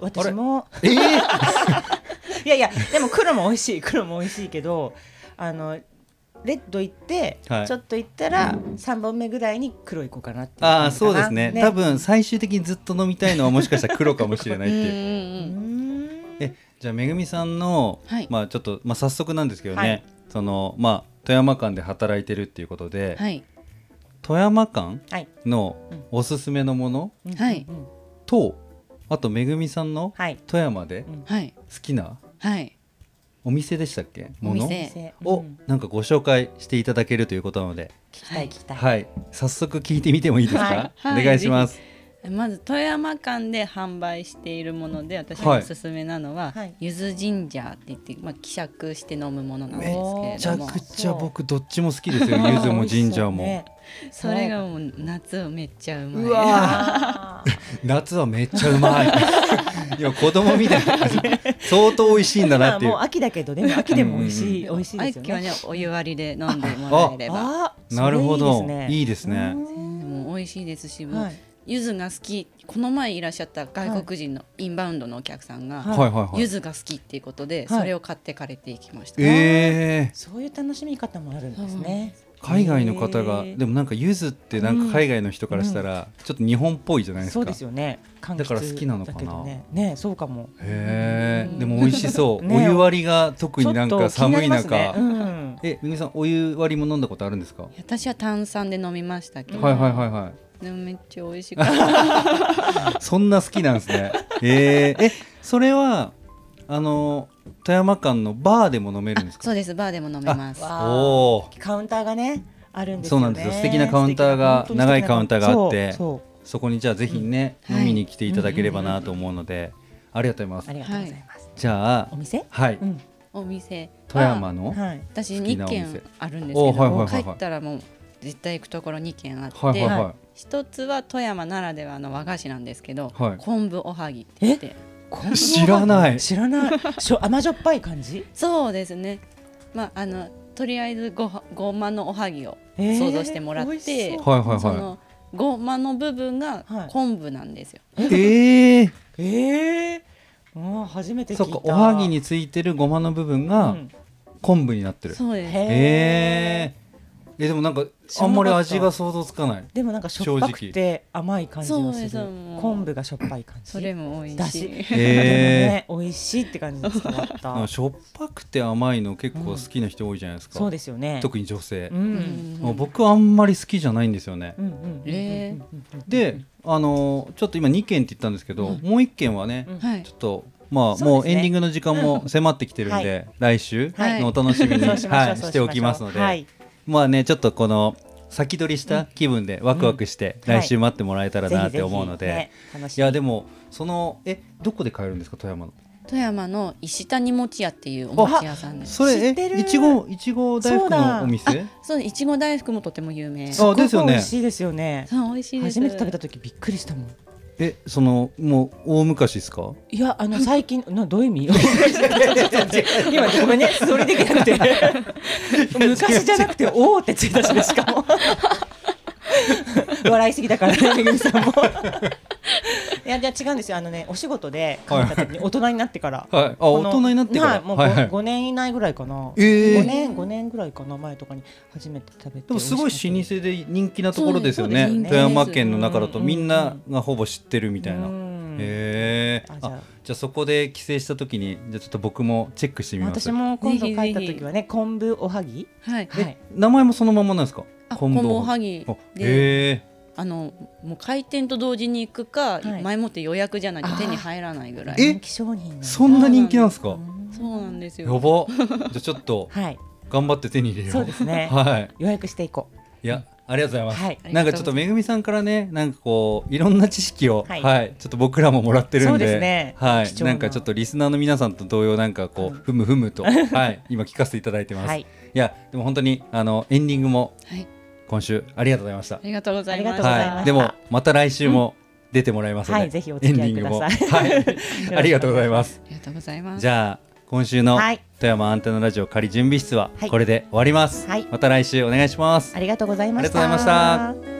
Speaker 2: 私も
Speaker 1: えー、
Speaker 2: いやいやでも黒も美味しい黒も美味しいけどあのレッド行って、
Speaker 1: はい
Speaker 2: ちょっと行ったら三本目ぐらいに黒行こうかなってい
Speaker 1: ああ
Speaker 2: 感じか
Speaker 1: そ
Speaker 2: な
Speaker 1: うですね多分最終的にずっと飲みたいのはもしかしたら黒かもしれないっていう
Speaker 2: うー
Speaker 3: ん
Speaker 2: ん
Speaker 1: えじゃあめぐみさんの、
Speaker 3: はい
Speaker 1: まあちょっと、まあ、早速なんですけどね、
Speaker 2: はい
Speaker 1: そのまあ富山間で働いてるっていうことで、
Speaker 3: はい
Speaker 1: 富山間
Speaker 2: はい
Speaker 1: の
Speaker 2: うん
Speaker 1: おすすめのもの
Speaker 3: はい
Speaker 2: うんうん
Speaker 1: とあとめぐみさんの
Speaker 2: はい
Speaker 1: 富山で
Speaker 2: うん
Speaker 3: はい
Speaker 1: 好きな
Speaker 3: はい
Speaker 1: お店でしたっけもの
Speaker 3: お店
Speaker 2: 店う
Speaker 1: を
Speaker 2: ん
Speaker 1: なんかご紹介していただけるということなので、
Speaker 2: 聞きたい聞きたい、
Speaker 1: はい、早速聞いてみてもいいですか、
Speaker 2: はい
Speaker 3: はい
Speaker 1: お願いします。
Speaker 3: まず富山間で販売しているもので私
Speaker 1: は
Speaker 3: の
Speaker 1: い
Speaker 3: おすすめなのは、
Speaker 2: はい
Speaker 3: ゆずジンジャーって言って、まあ、希釈して飲むものなんです
Speaker 1: め
Speaker 3: け
Speaker 1: ち
Speaker 3: れ
Speaker 1: ゃ
Speaker 3: ども
Speaker 1: くちゃ僕どっちも好き ですよゆずもジンジャーも、
Speaker 3: それがもう夏めっちゃうまいう
Speaker 1: わ夏はめっちゃうま い今子供みたいな感じ相当美味しいんだな
Speaker 2: 今
Speaker 1: っていう
Speaker 2: もう秋だけどね秋でも美味しい美味しいですよ
Speaker 3: 秋は
Speaker 2: ね
Speaker 3: ねお湯割りで飲んでもらえれば
Speaker 2: あー
Speaker 1: なるほど
Speaker 2: それ
Speaker 1: いいですね
Speaker 2: うん
Speaker 3: もう美味しいですし、もう
Speaker 2: はい
Speaker 3: 柚子が好きこの前いらっしゃった外国人のインバウンドのお客さんが、
Speaker 2: は
Speaker 1: はいはいはい
Speaker 3: 柚子が好きっていうことで、
Speaker 2: はい
Speaker 3: それを買ってかれていきました、
Speaker 1: え
Speaker 2: そういう楽しみ方もあるんですね
Speaker 1: ー、海外の方が
Speaker 2: へー
Speaker 1: でもなんかゆずってなんか海外の人からしたらちょっと日本っぽいじゃないです
Speaker 2: そ
Speaker 1: か、
Speaker 2: うですよね柑橘
Speaker 1: だから好きなのかな
Speaker 2: だけどねねそうかも
Speaker 1: へえでも美味しそう、
Speaker 2: ね
Speaker 1: お湯割りが特になんか
Speaker 2: ちょっと気に
Speaker 1: 寒い
Speaker 2: ります
Speaker 1: 中、
Speaker 2: ねうん
Speaker 1: えめぐみさんお湯割りも飲んだことあるんですか、
Speaker 3: 私は炭酸で飲みましたけど、
Speaker 1: はいはいはいはい
Speaker 3: でもめっちゃ美味しか った
Speaker 1: そんな好きなんです ね。えー、え、それはあの富山間のバーでも飲めるんですか。
Speaker 3: そうですバーでも飲めます
Speaker 2: あわ
Speaker 1: おおー、
Speaker 2: カウンターがねあるんですよ
Speaker 1: そ
Speaker 2: ね
Speaker 1: うなんですよ素敵なカウンターが
Speaker 2: 素敵な本当に
Speaker 1: 長
Speaker 2: 素敵な
Speaker 1: いカウンターがあって
Speaker 2: そうそう
Speaker 1: そこにじゃあぜひね、
Speaker 3: うん
Speaker 1: 飲みに来ていただければなと思うので、ありがとうござ
Speaker 2: あ
Speaker 1: います。
Speaker 2: りがとうございます、
Speaker 1: じゃあ
Speaker 2: お、店
Speaker 1: はい、
Speaker 2: うん
Speaker 3: お店
Speaker 1: 富山
Speaker 3: の
Speaker 1: の、
Speaker 2: はい
Speaker 3: 私
Speaker 1: 好きな
Speaker 3: 2
Speaker 1: お店
Speaker 3: 軒あるんですけ
Speaker 1: お
Speaker 3: ど、
Speaker 1: はいはいはいはい
Speaker 3: 帰ったらもう絶対行くところ2軒あって、
Speaker 1: はいはいはい、
Speaker 3: 一つは富山ならではの和菓子なんですけど、
Speaker 1: はい
Speaker 3: 昆布おはぎって言って
Speaker 1: 知らない
Speaker 2: 知らないしょ甘じょっぱい感じ
Speaker 3: そうですねまああのとりあえずごはごまのおはぎを
Speaker 2: えー
Speaker 3: 想像してもらって、
Speaker 2: 美味しそう
Speaker 1: はいはい
Speaker 3: そ
Speaker 1: は
Speaker 3: のごまの部分が
Speaker 2: はい
Speaker 3: 昆布なんですよ、
Speaker 1: い。ええ
Speaker 2: ええうん初めて
Speaker 1: ー、
Speaker 2: 聞いた
Speaker 1: そっか、おはぎについてるごまの部分
Speaker 2: う
Speaker 1: が
Speaker 2: ん
Speaker 1: 昆布になってる。
Speaker 3: そうです
Speaker 1: えー、え、でもなんかあんまり味
Speaker 2: 知らなか
Speaker 1: が
Speaker 2: っ
Speaker 1: 想像つか ない。
Speaker 2: でもなんかしょっぱくて甘い感じがする
Speaker 3: そうですもう
Speaker 2: 昆布がしょっぱい感じ
Speaker 3: それも美
Speaker 2: だ
Speaker 3: 味しい
Speaker 2: し
Speaker 1: え
Speaker 2: で
Speaker 1: え
Speaker 2: も
Speaker 1: ー
Speaker 2: ね、美味しいって感じに伝わっ
Speaker 1: なんか
Speaker 2: た
Speaker 1: しょっぱくて甘いの結構好きな人多いじゃないですか、
Speaker 2: そうですよね
Speaker 1: 特に女性
Speaker 2: う、
Speaker 3: うんん
Speaker 1: もう僕あんまり好きじゃないんですよね、
Speaker 2: うんうん
Speaker 3: え
Speaker 1: であのーちょっと今2件って言ったんですけど、もう1件はね、
Speaker 2: うん
Speaker 3: はい
Speaker 1: ちょっとまあ
Speaker 2: そう
Speaker 1: も
Speaker 2: です
Speaker 1: うエ
Speaker 2: ね
Speaker 1: ンディングの時間も迫ってきてるんで、来週のお楽しみに、
Speaker 2: そ
Speaker 1: は
Speaker 2: う
Speaker 1: い
Speaker 2: し
Speaker 1: し
Speaker 2: ましょうそうしましょう
Speaker 1: ておきますので、
Speaker 2: はい
Speaker 1: まあねちょっとこの先取りした気分でワクワクして
Speaker 2: うん
Speaker 1: 来週待ってもらえたら
Speaker 2: ぜ
Speaker 1: な
Speaker 2: ひ
Speaker 1: っ
Speaker 2: ぜひ
Speaker 1: て思うので、
Speaker 2: ね楽し
Speaker 1: いやでもそのえどこで買えるんですか富山の
Speaker 3: 富山の石谷餅屋っていうお餅屋さんです
Speaker 1: それ
Speaker 2: 知ってる
Speaker 1: えいちごいちご大
Speaker 2: そう
Speaker 1: 福
Speaker 2: だ
Speaker 1: のお店
Speaker 3: そういちご大福もとても有名
Speaker 1: あですよね
Speaker 2: 美味しいですよね
Speaker 3: そう美味しいです
Speaker 2: 初めて食べた時びっくりしたもん
Speaker 1: えそのもう大昔ですか
Speaker 2: いやあの最近のどういう意味 今ごめんねそれで きなくて昔じゃなくて「おお」ってついたししか も笑いすぎだからねめぐみ さんもいやじゃあ違うんですよあのねお仕事で買った時に大人になってから、
Speaker 1: はいあ
Speaker 2: こ
Speaker 1: 大
Speaker 2: の
Speaker 1: 人になってから
Speaker 2: はいもう 5,、
Speaker 1: はいはい
Speaker 2: 五年以内ぐらいかな、
Speaker 1: えー
Speaker 2: 5年5年ぐらいかな前とかに初めて食べて
Speaker 1: でもすごい
Speaker 2: 美味しか
Speaker 1: 老
Speaker 2: っ
Speaker 1: 舗で人気なところですよね
Speaker 2: そうですね
Speaker 1: 富山県の中だと
Speaker 2: うん
Speaker 1: みんながほぼ知ってるみたいな、
Speaker 2: うん
Speaker 1: へえ
Speaker 2: あじゃあ
Speaker 1: あじゃあそこで帰省した時にじゃあちょっと僕もチェックしてみ
Speaker 2: た
Speaker 1: ます
Speaker 2: 私も今度帰った時はね昆布おはぎ
Speaker 3: はい
Speaker 2: はい
Speaker 1: 名前もそのままなんですか
Speaker 3: あ昆布おはぎ
Speaker 1: あ
Speaker 3: で
Speaker 1: へ
Speaker 3: あのもう開店と同時に行く
Speaker 2: は
Speaker 3: か、
Speaker 2: い
Speaker 3: 前もって予約じゃない
Speaker 2: あー
Speaker 3: と手に入らないぐらい
Speaker 1: え
Speaker 2: 人気商品なん
Speaker 1: え
Speaker 2: だ
Speaker 1: そんな人気なんですか
Speaker 3: そうなんです
Speaker 1: や
Speaker 3: よ
Speaker 1: ばじゃあちょっと
Speaker 2: はい
Speaker 1: 頑張って手に入れよう
Speaker 2: そうです ね
Speaker 1: はい
Speaker 2: 予約していこう
Speaker 1: いやありがとうございます、
Speaker 2: はい
Speaker 1: なんかちょっとめぐみさんからねなんかこういろんな知識を、
Speaker 2: は
Speaker 1: はいいちょっと僕らももらってるんで
Speaker 2: そうですね
Speaker 1: は
Speaker 2: 貴重
Speaker 1: い、
Speaker 2: な
Speaker 1: なんかちょっとリスナーの皆さんと同様なんかこう、
Speaker 2: うん
Speaker 1: ふむふ むと、はい、今聞かせていただいてます、
Speaker 2: はい
Speaker 1: い、やでも本当にあのエンディングも
Speaker 3: はい
Speaker 1: 今週ありがとうございました
Speaker 3: ありがとうございま
Speaker 2: ありがと
Speaker 3: し
Speaker 2: うござい
Speaker 3: た
Speaker 2: ま
Speaker 1: は
Speaker 2: す
Speaker 1: い、でもまた来週も出てもらいますので、
Speaker 2: はいぜひお付き合いくださ
Speaker 1: エ
Speaker 2: い
Speaker 1: ンディン グもはい、ありがとうございます
Speaker 3: ありがとうございます
Speaker 1: じゃあ今週の
Speaker 2: はい
Speaker 1: 富山アンテナラジオ仮準備室は
Speaker 2: はい
Speaker 1: これで終わります、
Speaker 2: はい
Speaker 1: また来週お願いします
Speaker 2: ありがとうございました
Speaker 1: ありがとうございました